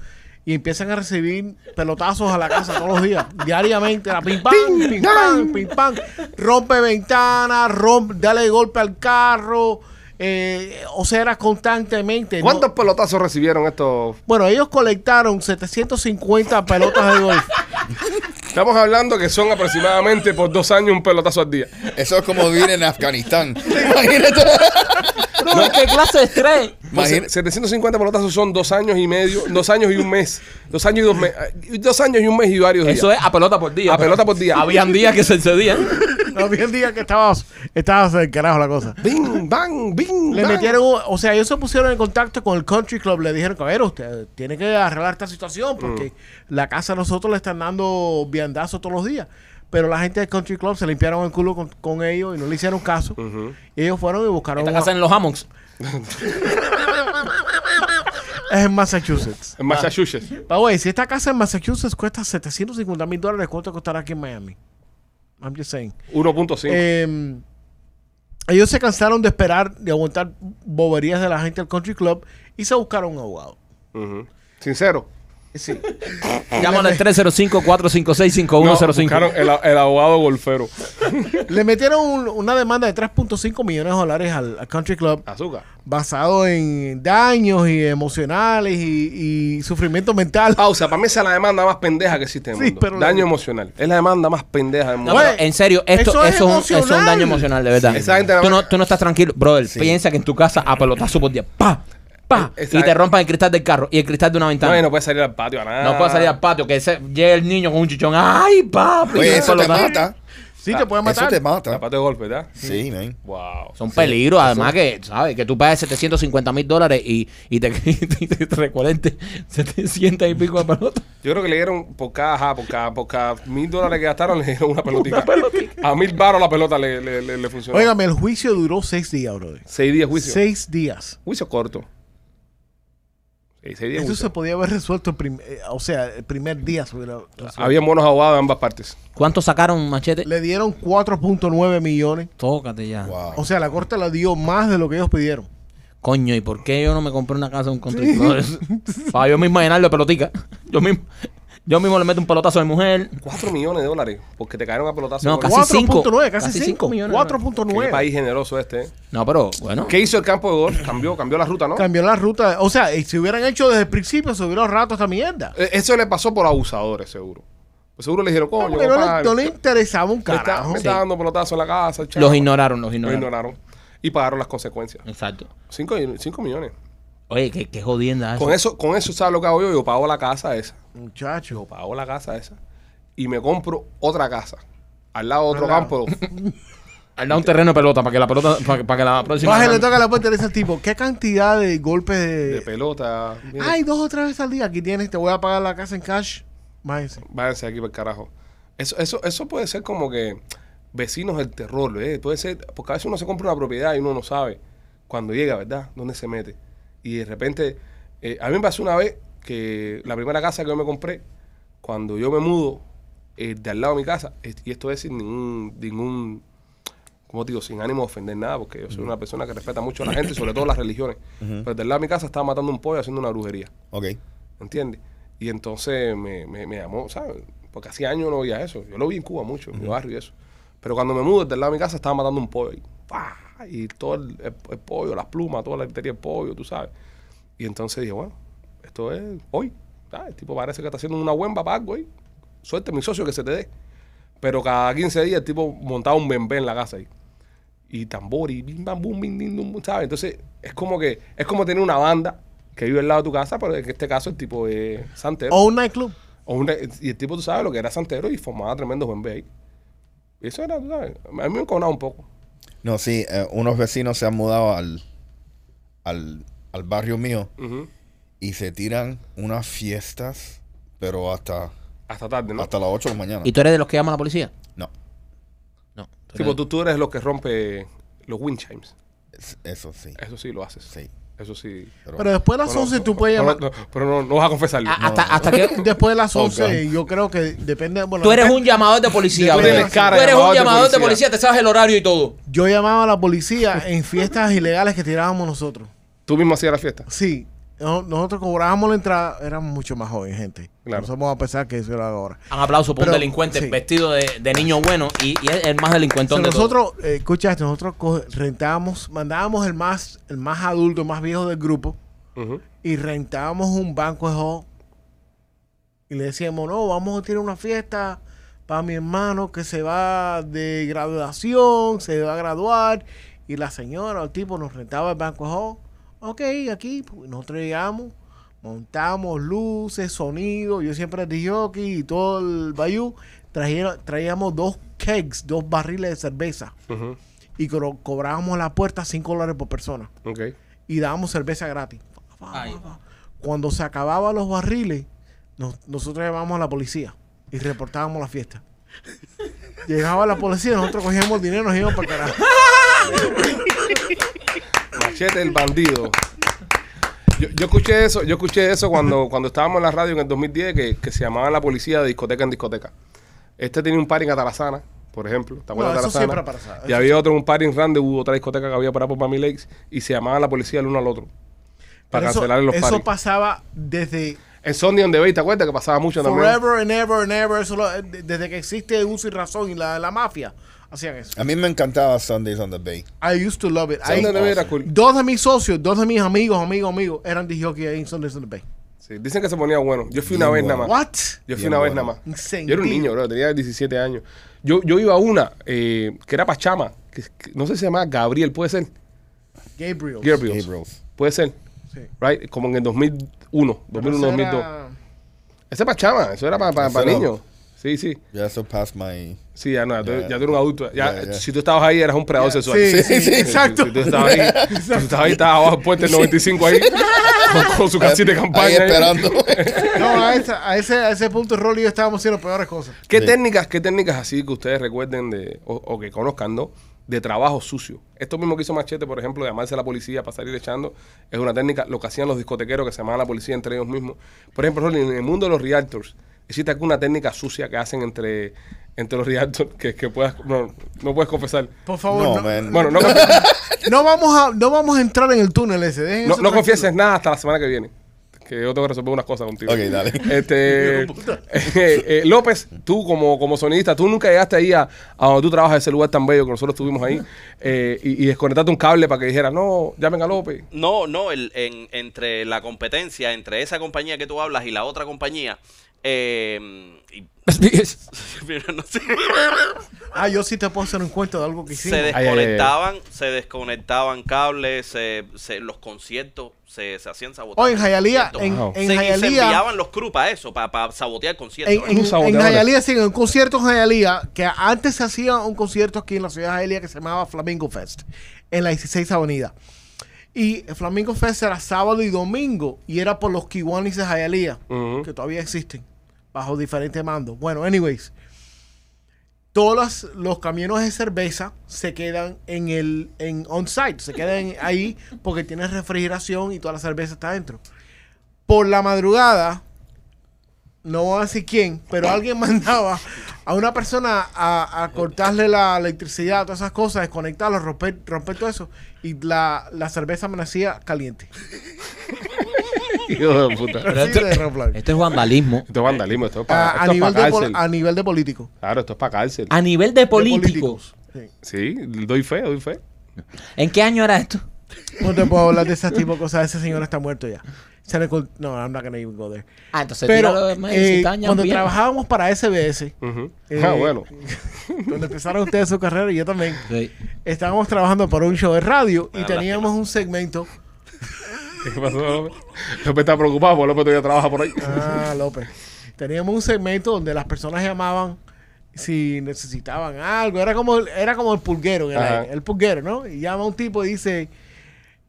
Speaker 3: Y empiezan a recibir pelotazos a la casa todos los días, <laughs> diariamente. Era pim pam, pim pam, pim pam. Rompe ventanas, rompe, dale golpe al carro. eh, o sea, era constantemente. ¿no?
Speaker 1: ¿Cuántos pelotazos recibieron estos
Speaker 3: Bueno, ellos colectaron 750 pelotas de golf.
Speaker 1: Estamos hablando que son aproximadamente por dos años un pelotazo al día.
Speaker 4: Eso es como vivir en Afganistán. Imagínate.
Speaker 2: Pero, ¿Qué clase de estrés?
Speaker 1: Imagínate.
Speaker 4: Imagínate.
Speaker 1: 750 pelotazos son dos años y medio, dos años y un mes, dos años y dos meses, dos años y un mes y varios días.
Speaker 2: Eso es a pelota por día.
Speaker 1: A pelota por día.
Speaker 2: Habían días que se excedían.
Speaker 3: Había días que estabas, estabas del carajo la cosa.
Speaker 1: Bing, bang, bing,
Speaker 3: Le
Speaker 1: bang.
Speaker 3: metieron, un- o sea, ellos se pusieron en contacto con el country club, le dijeron, caballero, usted tiene que arreglar esta situación porque la casa a nosotros le están dando viandazo todos los días. Pero la gente del country club se limpiaron el culo con, con ellos y no le hicieron caso. Y ellos fueron y buscaron
Speaker 2: Esta
Speaker 3: una-
Speaker 2: casa en los Hammocks.
Speaker 3: es en Massachusetts.
Speaker 1: En Massachusetts.
Speaker 3: By the way, si esta casa en Massachusetts cuesta 750 mil dólares, ¿cuánto costará aquí en Miami? I'm just saying.
Speaker 1: 1.5.
Speaker 3: Eh, ellos se cansaron de esperar, de aguantar boberías de la gente del country club y se buscaron un abogado.
Speaker 1: Ujú. Sincero.
Speaker 3: Sí.
Speaker 2: Llámalo al 305-456-5105.
Speaker 1: Eh, No, buscaron el, el abogado golfero.
Speaker 3: Le metieron un- una demanda de 3.5 millones de dólares al, al country club
Speaker 1: Azúcar.
Speaker 3: basado en daños y emocionales y, y sufrimiento mental.
Speaker 1: Ah, o sea, para mí esa es la demanda más pendeja que existe en el
Speaker 3: Sí,
Speaker 1: mundo.
Speaker 3: pero-
Speaker 1: Daño emocional. Es la demanda más pendeja del mundo.
Speaker 2: No, pero
Speaker 3: eh.
Speaker 2: en serio, esto
Speaker 3: eso
Speaker 2: eso
Speaker 3: es
Speaker 2: es, un, eso es un
Speaker 3: emocional.
Speaker 2: daño emocional, de verdad.
Speaker 1: Sí. Esa gente-
Speaker 2: tú, no, tú no estás tranquilo, brother. Piensa que en tu casa a pelotazo por día, pa, pa,
Speaker 1: Eh,
Speaker 2: y
Speaker 1: exacto.
Speaker 2: te rompan el cristal del carro y el cristal de una
Speaker 1: No,
Speaker 2: ventana.
Speaker 1: y
Speaker 2: No,
Speaker 1: no puede salir al patio a nada.
Speaker 2: puedes salir al patio, que se- llegue el niño con un chichón. ¡Ay, papi!
Speaker 4: Oye,
Speaker 2: Un
Speaker 4: eso te
Speaker 2: pelotazo.
Speaker 4: mata.
Speaker 3: Sí, te
Speaker 1: Ah,
Speaker 3: pueden
Speaker 4: Eso
Speaker 3: matar.
Speaker 4: te
Speaker 1: Al
Speaker 4: mata.
Speaker 1: patio de golf, ¿verdad?
Speaker 4: Sí, man.
Speaker 1: Wow.
Speaker 2: Son peligros, además que, ¿sabes? Que tú pagues 750 mil dólares y, y te, <laughs> y te- te recuerden 700 y pico de pelota.
Speaker 1: Yo creo que le dieron por cada, ajá, por cada, por cada mil dólares que gastaron, le dieron una pelotita. A mil baros la pelota le, le, le, le funcionó.
Speaker 3: Óigame, el juicio duró seis días, brother.
Speaker 1: seis días juicio.
Speaker 3: Seis días.
Speaker 1: Juicio corto. Sí, seis días
Speaker 3: Esto se
Speaker 1: juicio.
Speaker 3: podía haber resuelto, el prim- eh, o sea, el primer día. se hubiera resuelto.
Speaker 1: Había buenos abogados de ambas partes.
Speaker 2: ¿Cuánto sacaron, machete?
Speaker 3: Le dieron 4.9 millones.
Speaker 2: Tócate ya.
Speaker 4: Wow.
Speaker 3: O sea, la corte le dio más de lo que ellos pidieron.
Speaker 2: Coño, ¿y por qué yo no me compré una casa de un country club? <laughs> Para yo mismo llenarlo de pelotica. Yo mismo, yo mismo le meto un pelotazo a mi mujer.
Speaker 1: Cuatro millones de dólares porque te cayeron a pelotazo.
Speaker 2: No,
Speaker 1: de golf.
Speaker 2: Casi cinco.
Speaker 3: 4.9, casi
Speaker 2: Casi
Speaker 3: 5
Speaker 2: cinco millones.
Speaker 1: Qué
Speaker 3: 4.9.
Speaker 1: país generoso este. ¿eh?
Speaker 2: No, pero bueno.
Speaker 1: ¿Qué hizo el campo de golf? Cambió, cambió la ruta, ¿no?
Speaker 3: Cambió la ruta. O sea, y si hubieran hecho desde el principio, se hubieran rato esta mierda.
Speaker 1: Eh, Eso le pasó por abusadores, seguro. Pues seguro le dijeron, coño,
Speaker 3: Porque no
Speaker 1: compadre,
Speaker 3: le, no le interesaba un
Speaker 1: me está-
Speaker 3: carajo.
Speaker 1: me está dando pelotazo en la casa. chavo.
Speaker 2: Los ignoraron, los
Speaker 1: Lo
Speaker 2: ignoraron.
Speaker 1: ignoraron. Y pagaron las consecuencias.
Speaker 2: Exacto.
Speaker 1: Cinco, cinco millones.
Speaker 2: Oye, qué, qué jodienda
Speaker 1: Con eso, con eso, ¿sabes lo que hago yo? Yo pago la casa esa.
Speaker 3: Muchacho.
Speaker 1: Yo pago la casa esa. Y me compro otra casa. Al lado de otro
Speaker 3: Al lado. <laughs>
Speaker 1: campo.
Speaker 2: Al dar un terreno de pelota para que la pelota, para, que- para que la próxima.
Speaker 3: Baje, le toca la puerta y le dice al tipo, ¿qué cantidad de golpes de...?
Speaker 1: De pelota. Mira,
Speaker 3: Ay, dos o tres veces al día. Aquí tienes, te voy a pagar la casa en cash. Váyanse.
Speaker 1: Váyanse aquí para el carajo. Eso, eso, eso puede ser como que vecinos del terror, ¿eh? Puede ser, porque a veces uno se compra una propiedad y uno no sabe cuando llega, ¿verdad? Dónde se mete. Y de repente, eh, a mí me pasó una vez que la primera casa que yo me compré, cuando yo me mudo, eh, de al lado de mi casa, es- y esto es sin ningún, ningún como digo, sin ánimo de ofender nada, porque yo soy una persona que respeta mucho a la gente, sobre todo las religiones. Pero del lado de mi casa estaba matando un pollo haciendo una brujería.
Speaker 4: Ok.
Speaker 1: ¿entiendes? Y entonces me, me, me llamó, ¿sabes? Porque hacía años no veía eso. Yo lo vi en Cuba mucho, en mi barrio y eso. Pero cuando me mudé del lado de mi casa estaba matando un pollo. Y, ¡pa! y todo el, el- el pollo, las plumas, toda la arteria del pollo, tú sabes. Y entonces dije, bueno, esto es hoy. ¿sabes? El tipo parece que está haciendo una huemba para algo ahí. Suerte, mi socio, que se te dé. Pero cada 15 días el tipo montaba un bembé en la casa ahí. Y tambor y bim, bam, bum, bim, dim, dum, bum, ¿sabes? Entonces es como que es como tener una banda que vive al lado de tu casa, pero en este caso el tipo es santero.
Speaker 3: O un nightclub.
Speaker 1: O un- y el tipo, tú sabes, lo que era santero y formaba tremendos bembés ahí. Y eso era, tú sabes, a mí me enconaba un poco.
Speaker 4: No, sí, eh, unos vecinos se han mudado al, al, al barrio mío
Speaker 1: Ujú.
Speaker 4: y se tiran unas fiestas, pero hasta,
Speaker 1: Hasta tarde, ¿no?
Speaker 4: hasta las 8 de la mañana.
Speaker 2: ¿Y tú eres de los que llaman a la policía?
Speaker 4: No,
Speaker 2: No.
Speaker 1: tipo, tú, tú eres los que rompe los wind chimes.
Speaker 4: es- eso sí.
Speaker 1: Eso sí lo haces.
Speaker 4: Sí.
Speaker 1: Eso sí.
Speaker 4: Pero,
Speaker 3: Pero después de las
Speaker 1: No,
Speaker 3: 11 tú
Speaker 1: no,
Speaker 3: puedes
Speaker 1: no,
Speaker 3: llamar.
Speaker 1: no, no, pero no, no vas a confesarlo.
Speaker 2: Ah, hasta, hasta que.
Speaker 1: <laughs>
Speaker 3: Después de las
Speaker 4: Oh,
Speaker 3: 11
Speaker 4: God.
Speaker 3: yo creo que depende... Bueno,
Speaker 2: Tú eres un llamador de policía,
Speaker 3: Tú
Speaker 2: brother.
Speaker 3: tienes
Speaker 1: cara
Speaker 2: Tú eres un
Speaker 1: de
Speaker 2: llamador de
Speaker 1: policía.
Speaker 2: policía, te sabes el horario y todo.
Speaker 3: Yo llamaba a la policía en fiestas ilegales que tirábamos nosotros.
Speaker 1: Tú mismo hacías la fiesta.
Speaker 3: Sí. No- Nosotros cobrábamos la entrada, éramos mucho más jóvenes, gente.
Speaker 1: Claro.
Speaker 3: No somos a pesar que eso era ahora.
Speaker 2: Un aplauso por
Speaker 3: Pero,
Speaker 2: un delincuente
Speaker 3: sí.
Speaker 2: vestido de, de niño bueno y, y es el más delincuentón
Speaker 3: O sea,
Speaker 2: de todos.
Speaker 3: nosotros, eh, escucha esto, nosotros co- rentábamos, mandábamos el más, el más adulto, el más viejo del grupo
Speaker 1: Ujú.
Speaker 3: y rentábamos un banco de juego y le decíamos, no, vamos a tirar una fiesta para mi hermano que se va de graduación, se va a graduar y la señora o el tipo nos rentaba el banco de juego. Ok, aquí pues, nosotros llegamos, montamos luces, sonido, yo siempre dije y todo el bayou, trajeron- traíamos dos kegs, dos barriles de cerveza
Speaker 1: Ujú.
Speaker 3: y cro- cobrábamos a la puerta 5 dólares por persona
Speaker 1: Ok.
Speaker 3: y dábamos cerveza gratis. Pa, pa,
Speaker 2: Ay.
Speaker 3: pa, pa. Cuando se acababan los barriles, nos- nosotros llamábamos a la policía y reportábamos
Speaker 1: <laughs>
Speaker 3: la fiesta. Llegaba la policía, nosotros cogíamos el dinero y nos íbamos para carajo.
Speaker 1: Machete el bandido. Yo, yo escuché eso, yo escuché eso cuando, cuando estábamos en la radio en el 2010 que, que se llamaba la policía de discoteca en discoteca. Este tenía un par en Atarazana, por ejemplo. ¿Te acuerdas
Speaker 3: No,
Speaker 1: de
Speaker 3: eso
Speaker 1: Atarazana?
Speaker 3: siempre aparece.
Speaker 1: Y
Speaker 3: Eso
Speaker 1: había otro, un par en Randewood, otra discoteca que había para por Mami Lakes, y se llamaban la policía el uno al otro. Para
Speaker 3: Pero eso-
Speaker 1: cancelar los
Speaker 3: Eso
Speaker 1: paris.
Speaker 3: pasaba desde
Speaker 1: En Sony on the Bay, ¿te acuerdas que pasaba mucho también?
Speaker 3: forever and ever and ever, eso lo- de- desde que existe uso y razón y la, la mafia. Hacían eso.
Speaker 4: a mí me encantaba Sundays on the Bay.
Speaker 3: I used to love it.
Speaker 1: Sony on the Bay
Speaker 3: Ahí- Oh.
Speaker 1: era cool.
Speaker 3: dos de mis socios, dos de mis amigos, amigos, amigos, eran de hockey ahí en Sundays in the Bay.
Speaker 1: Sí, dicen que se ponía bueno. Yo fui una vez
Speaker 4: Bien
Speaker 1: nada
Speaker 4: bueno.
Speaker 1: más.
Speaker 3: What?
Speaker 1: Yo fui
Speaker 4: Bien
Speaker 1: una vez
Speaker 4: bueno.
Speaker 1: nada más.
Speaker 3: Sentido.
Speaker 1: Yo era un niño, bro, tenía 17 años. Yo, yo iba a una eh, que era Pachama, que, que no sé si se llamaba Gabriel, puede ser.
Speaker 3: Gabriel.
Speaker 1: Gabriel.
Speaker 4: Gabriels.
Speaker 1: Puede ser.
Speaker 3: Sí.
Speaker 1: Right? Como en el 2001, 2001, 2002.
Speaker 3: Era-
Speaker 1: Ese es Pachama, eso era para
Speaker 4: Eso era-
Speaker 1: niños. Sí, sí.
Speaker 4: Ya eso past my...
Speaker 1: Sí, ya no, ya, tú- ya
Speaker 4: Ya.
Speaker 1: tú eres un adulto. Ya,
Speaker 4: Ya, ya.
Speaker 1: Si tú estabas ahí, eras un predador sexual.
Speaker 3: Sí, sí, exacto.
Speaker 1: Si, tú estabas ahí, si tú estabas ahí, estabas abajo del puente del 95
Speaker 3: <laughs>
Speaker 1: ahí, con, con su casita de campaña. ¿eh?
Speaker 4: Ahí
Speaker 1: ahí. <laughs>
Speaker 4: esperando.
Speaker 3: No, a, esa- a ese, a ese punto Rolly y yo estábamos haciendo peores cosas.
Speaker 1: ¿Qué
Speaker 4: Sí.
Speaker 1: técnicas, qué técnicas así que ustedes recuerden de, o, o que conozcan, ¿no? De trabajo sucio. Esto mismo que hizo Machete, por ejemplo, de llamarse a la policía para salir echando, es una técnica, lo que hacían los discotequeros que se llamaban a la policía entre ellos mismos. Por ejemplo, Rolly, en el mundo de los realtors, ¿existe alguna técnica sucia que hacen entre, entre los realtors que, que puedas, no, no puedes confesar?
Speaker 3: Por favor, no,
Speaker 4: <laughs> no, man.
Speaker 1: Bueno, no, confi-
Speaker 3: no vamos a, no vamos a entrar en el túnel ese. dejen
Speaker 1: no,
Speaker 3: eso
Speaker 1: no
Speaker 3: tranquilo.
Speaker 1: confieses nada hasta la semana que viene. Que yo tengo que resolver unas cosas contigo.
Speaker 4: Ok, dale.
Speaker 1: <laughs> Este, eh, eh, López, tú como, como sonidista, tú nunca llegaste ahí a, a donde tú trabajas, ese lugar tan bello que nosotros estuvimos ahí, eh, y, y desconectaste un cable para que dijera, no, llamen a López.
Speaker 5: No, no, el- en- entre la competencia, entre esa compañía que tú hablas y la otra compañía, Eh, y- <laughs> mira, no sé.
Speaker 3: Ah, yo sí te puedo hacer un cuento de algo que
Speaker 5: se
Speaker 3: hicimos.
Speaker 1: Ay, ay, ay, ay.
Speaker 5: desconectaban, se desconectaban cables, se, se- los conciertos se, se hacían sabotajes.
Speaker 3: Oh, en Hialeah,
Speaker 5: conciertos.
Speaker 3: en,
Speaker 1: Wow.
Speaker 3: en
Speaker 5: se, y se
Speaker 3: Hialeah,
Speaker 5: enviaban los crews para eso, para, sabotear conciertos.
Speaker 3: en,
Speaker 5: ¿eh?
Speaker 3: en,
Speaker 1: Unos saboteadores.
Speaker 3: en Hialeah, sí, en un concierto en Hialeah, que antes se hacía un concierto aquí en la ciudad de Hialeah que se llamaba Flamingo Fest, en la 16 Avenida. Y el Flamingo Fest era sábado y domingo, y era por los Kiwanis de Hialeah,
Speaker 1: Ujú.
Speaker 3: que todavía existen, bajo diferentes mandos. Bueno, anyways, todos los, los camiones de cerveza se quedan en el en on-site, se quedan ahí porque tiene refrigeración y toda la cerveza está dentro. Por la madrugada, no voy a decir quién, pero alguien <laughs> mandaba a una persona a, a cortarle la electricidad, todas esas cosas, desconectarlo, romper, romper todo eso, y la, la cerveza amanecía
Speaker 1: <laughs>
Speaker 3: caliente.
Speaker 1: <laughs> Hijo de puta.
Speaker 2: Pero
Speaker 3: Así
Speaker 2: esto,
Speaker 3: de rough life.
Speaker 2: esto Este es vandalismo.
Speaker 1: Esto es vandalismo, esto es para,
Speaker 3: Ah, A, a
Speaker 1: esto es
Speaker 3: nivel
Speaker 1: para
Speaker 3: de pol-
Speaker 1: cárcel.
Speaker 3: a Ah. nivel de político.
Speaker 1: Claro, esto es para cárcel.
Speaker 2: A nivel de políticos.
Speaker 3: políticos. Sí.
Speaker 1: Sí, doy fe, doy fe.
Speaker 2: ¿En qué año era esto?
Speaker 3: No te puedo hablar de ese tipo de cosas. Ese señor está muerto ya. Se le col- no, I'm not gonna even go there.
Speaker 2: Ah, entonces
Speaker 3: Pero
Speaker 2: tíralo de más de
Speaker 3: eh,
Speaker 2: 60 años,
Speaker 3: cuando
Speaker 2: bien.
Speaker 3: trabajábamos para SBS,
Speaker 1: Ujú.
Speaker 3: Eh,
Speaker 1: ah, bueno.
Speaker 3: cuando empezaron ustedes su carrera y yo también,
Speaker 2: Sí.
Speaker 3: estábamos trabajando para un show de radio y
Speaker 5: Ah,
Speaker 3: teníamos un segmento.
Speaker 1: <laughs> ¿Qué pasó, López? López está preocupado porque López todavía trabaja
Speaker 3: <laughs>
Speaker 1: por ahí. <laughs>
Speaker 3: Ah, López. Teníamos un segmento donde las personas llamaban si necesitaban algo. Era como el, era como el pulguero, en el,
Speaker 1: Ajá.
Speaker 3: aire, el pulguero, ¿no? Y llama un tipo y dice,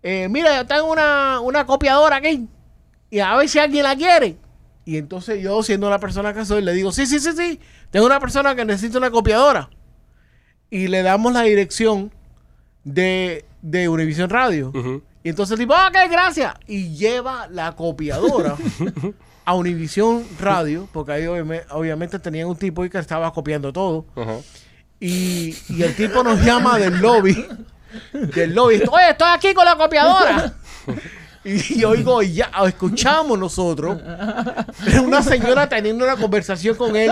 Speaker 3: eh, mira, yo tengo una, una copiadora aquí. Y a ver si alguien la quiere. Y entonces yo, siendo la persona que soy, le digo, sí, sí, sí, sí. Tengo una persona que necesita una copiadora. Y le damos la dirección de, de Univision Radio.
Speaker 1: Ujú.
Speaker 3: Y entonces el tipo, "Ah, ok, gracias. Y lleva la copiadora
Speaker 1: <laughs>
Speaker 3: a Univisión Radio, porque ahí obviame- obviamente tenían un tipo ahí que estaba copiando todo.
Speaker 1: Ajá.
Speaker 3: Y, y el tipo nos llama del lobby. Del lobby. Oye, estoy aquí con la copiadora. Y yo oigo, ya escuchamos nosotros una señora teniendo una conversación con él,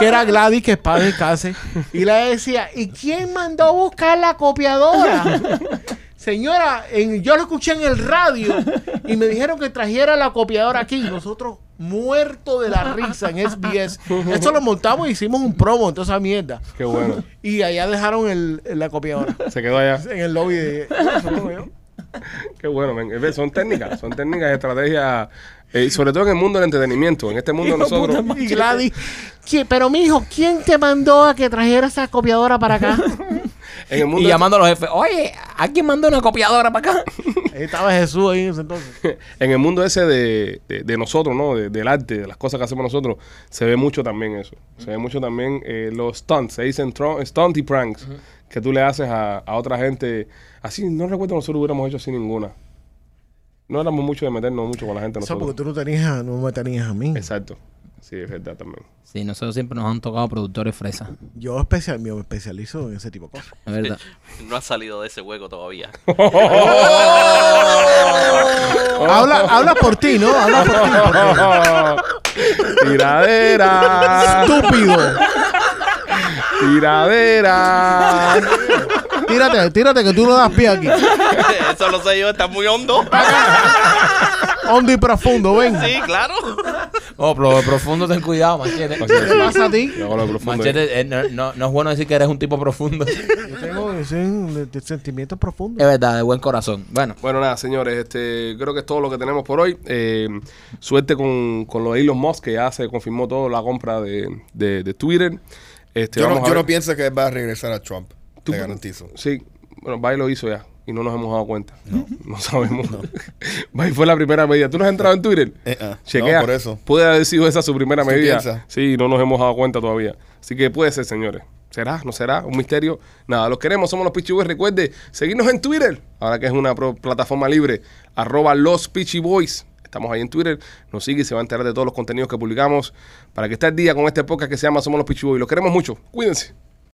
Speaker 3: que era Gladys, que es padre de Case, y le decía, ¿y quién mandó a buscar la copiadora? Señora, en- yo lo escuché en el radio y me dijeron que trajera la copiadora aquí. Nosotros muertos de la risa en SBS. Esto lo montamos y hicimos un promo, toda esa mierda.
Speaker 1: Qué bueno.
Speaker 3: Y allá dejaron el, el- la copiadora. <laughs>
Speaker 1: Se quedó allá.
Speaker 3: En el lobby de. Eso como yo.
Speaker 1: Qué bueno, men. Eh, Son técnicas, son técnicas, estrategias, eh, sobre todo en el mundo del entretenimiento. En este mundo nosotros.
Speaker 3: Y Gladys. "¿Qui- Pero mijo, ¿quién te mandó a que trajera esa copiadora para acá?
Speaker 1: En el mundo
Speaker 2: Y llamando a los jefes, oye, ¿alguien mandó una copiadora para
Speaker 3: <laughs>
Speaker 2: acá?
Speaker 3: Ahí estaba Jesús ahí en ese entonces.
Speaker 1: <laughs> en el mundo ese de, de- de nosotros, ¿no? De- del arte, de las cosas que hacemos nosotros, se ve mucho también eso. Se ve mucho también eh, los stunts, se dicen tron- stunt y pranks, que tú le haces a, a otra gente. Así, no recuerdo nosotros hubiéramos hecho así ninguna. No éramos mucho de meternos mucho con la gente
Speaker 3: Eso
Speaker 1: nosotros.
Speaker 3: porque tú no tenías, a- no me tenías a mí.
Speaker 1: Exacto. Sí, es verdad también.
Speaker 2: Sí, nosotros siempre nos han tocado productores fresas.
Speaker 3: Yo especial, me especializo en ese tipo de cosas.
Speaker 2: La
Speaker 3: <laughs>
Speaker 2: verdad.
Speaker 5: No ha salido de ese hueco todavía. <laughs>
Speaker 1: Oh.
Speaker 3: Habla, habla por ti, ¿no? Habla por ti.
Speaker 1: <laughs> tiradera,
Speaker 3: Estúpido.
Speaker 1: tiradera.
Speaker 3: Tírate, tírate que tú no das pie aquí.
Speaker 5: eso lo sé yo, está
Speaker 3: <laughs>
Speaker 5: muy hondo.
Speaker 3: Hondo y profundo, ven.
Speaker 5: sí, claro.
Speaker 2: Oh, pero de profundo ten cuidado, <laughs> machete.
Speaker 3: ¿Qué te pasa a ti?
Speaker 1: Luego lo profundo.
Speaker 2: Machete, eh, no, no- no es bueno decir que eres un tipo profundo. es
Speaker 3: Yo tengo sí, de- de sentimientos profundos.
Speaker 2: verdad, de buen corazón. Bueno,
Speaker 1: Bueno, nada, señores, este, creo que es todo lo que tenemos por hoy. Eh, suerte con, con lo de Elon Musk, que ya se confirmó toda la compra de, de- de Twitter. Este,
Speaker 4: Yo, no,
Speaker 1: vamos a
Speaker 4: yo no
Speaker 1: ver.
Speaker 4: pienso que va a regresar a Trump.
Speaker 1: Tú-
Speaker 4: Te garantizo.
Speaker 1: Sí, bueno, Bay lo hizo ya y no nos hemos dado cuenta. No, sabemos. <laughs> Bay fue la primera medida. ¿Tú no has entrado en Twitter?
Speaker 4: Eh, ah,
Speaker 1: Chequea.
Speaker 4: No, por eso.
Speaker 1: Puede haber sido esa su primera
Speaker 4: ¿Tú
Speaker 1: medida.
Speaker 4: piensas?
Speaker 1: Sí, no nos hemos dado cuenta todavía. Así que puede ser, señores. ¿Será? ¿No será? ¿Un misterio? Nada, los queremos, somos los Pichiboys. Recuerde, seguirnos en Twitter, ahora que es una pro- plataforma libre, arroba los Pichiboys. Estamos ahí en Twitter, nos sigue y se va a enterar de todos los contenidos que publicamos para que esté al día con este podcast que se llama Somos los Pichiboys. Los queremos mucho, cuídense.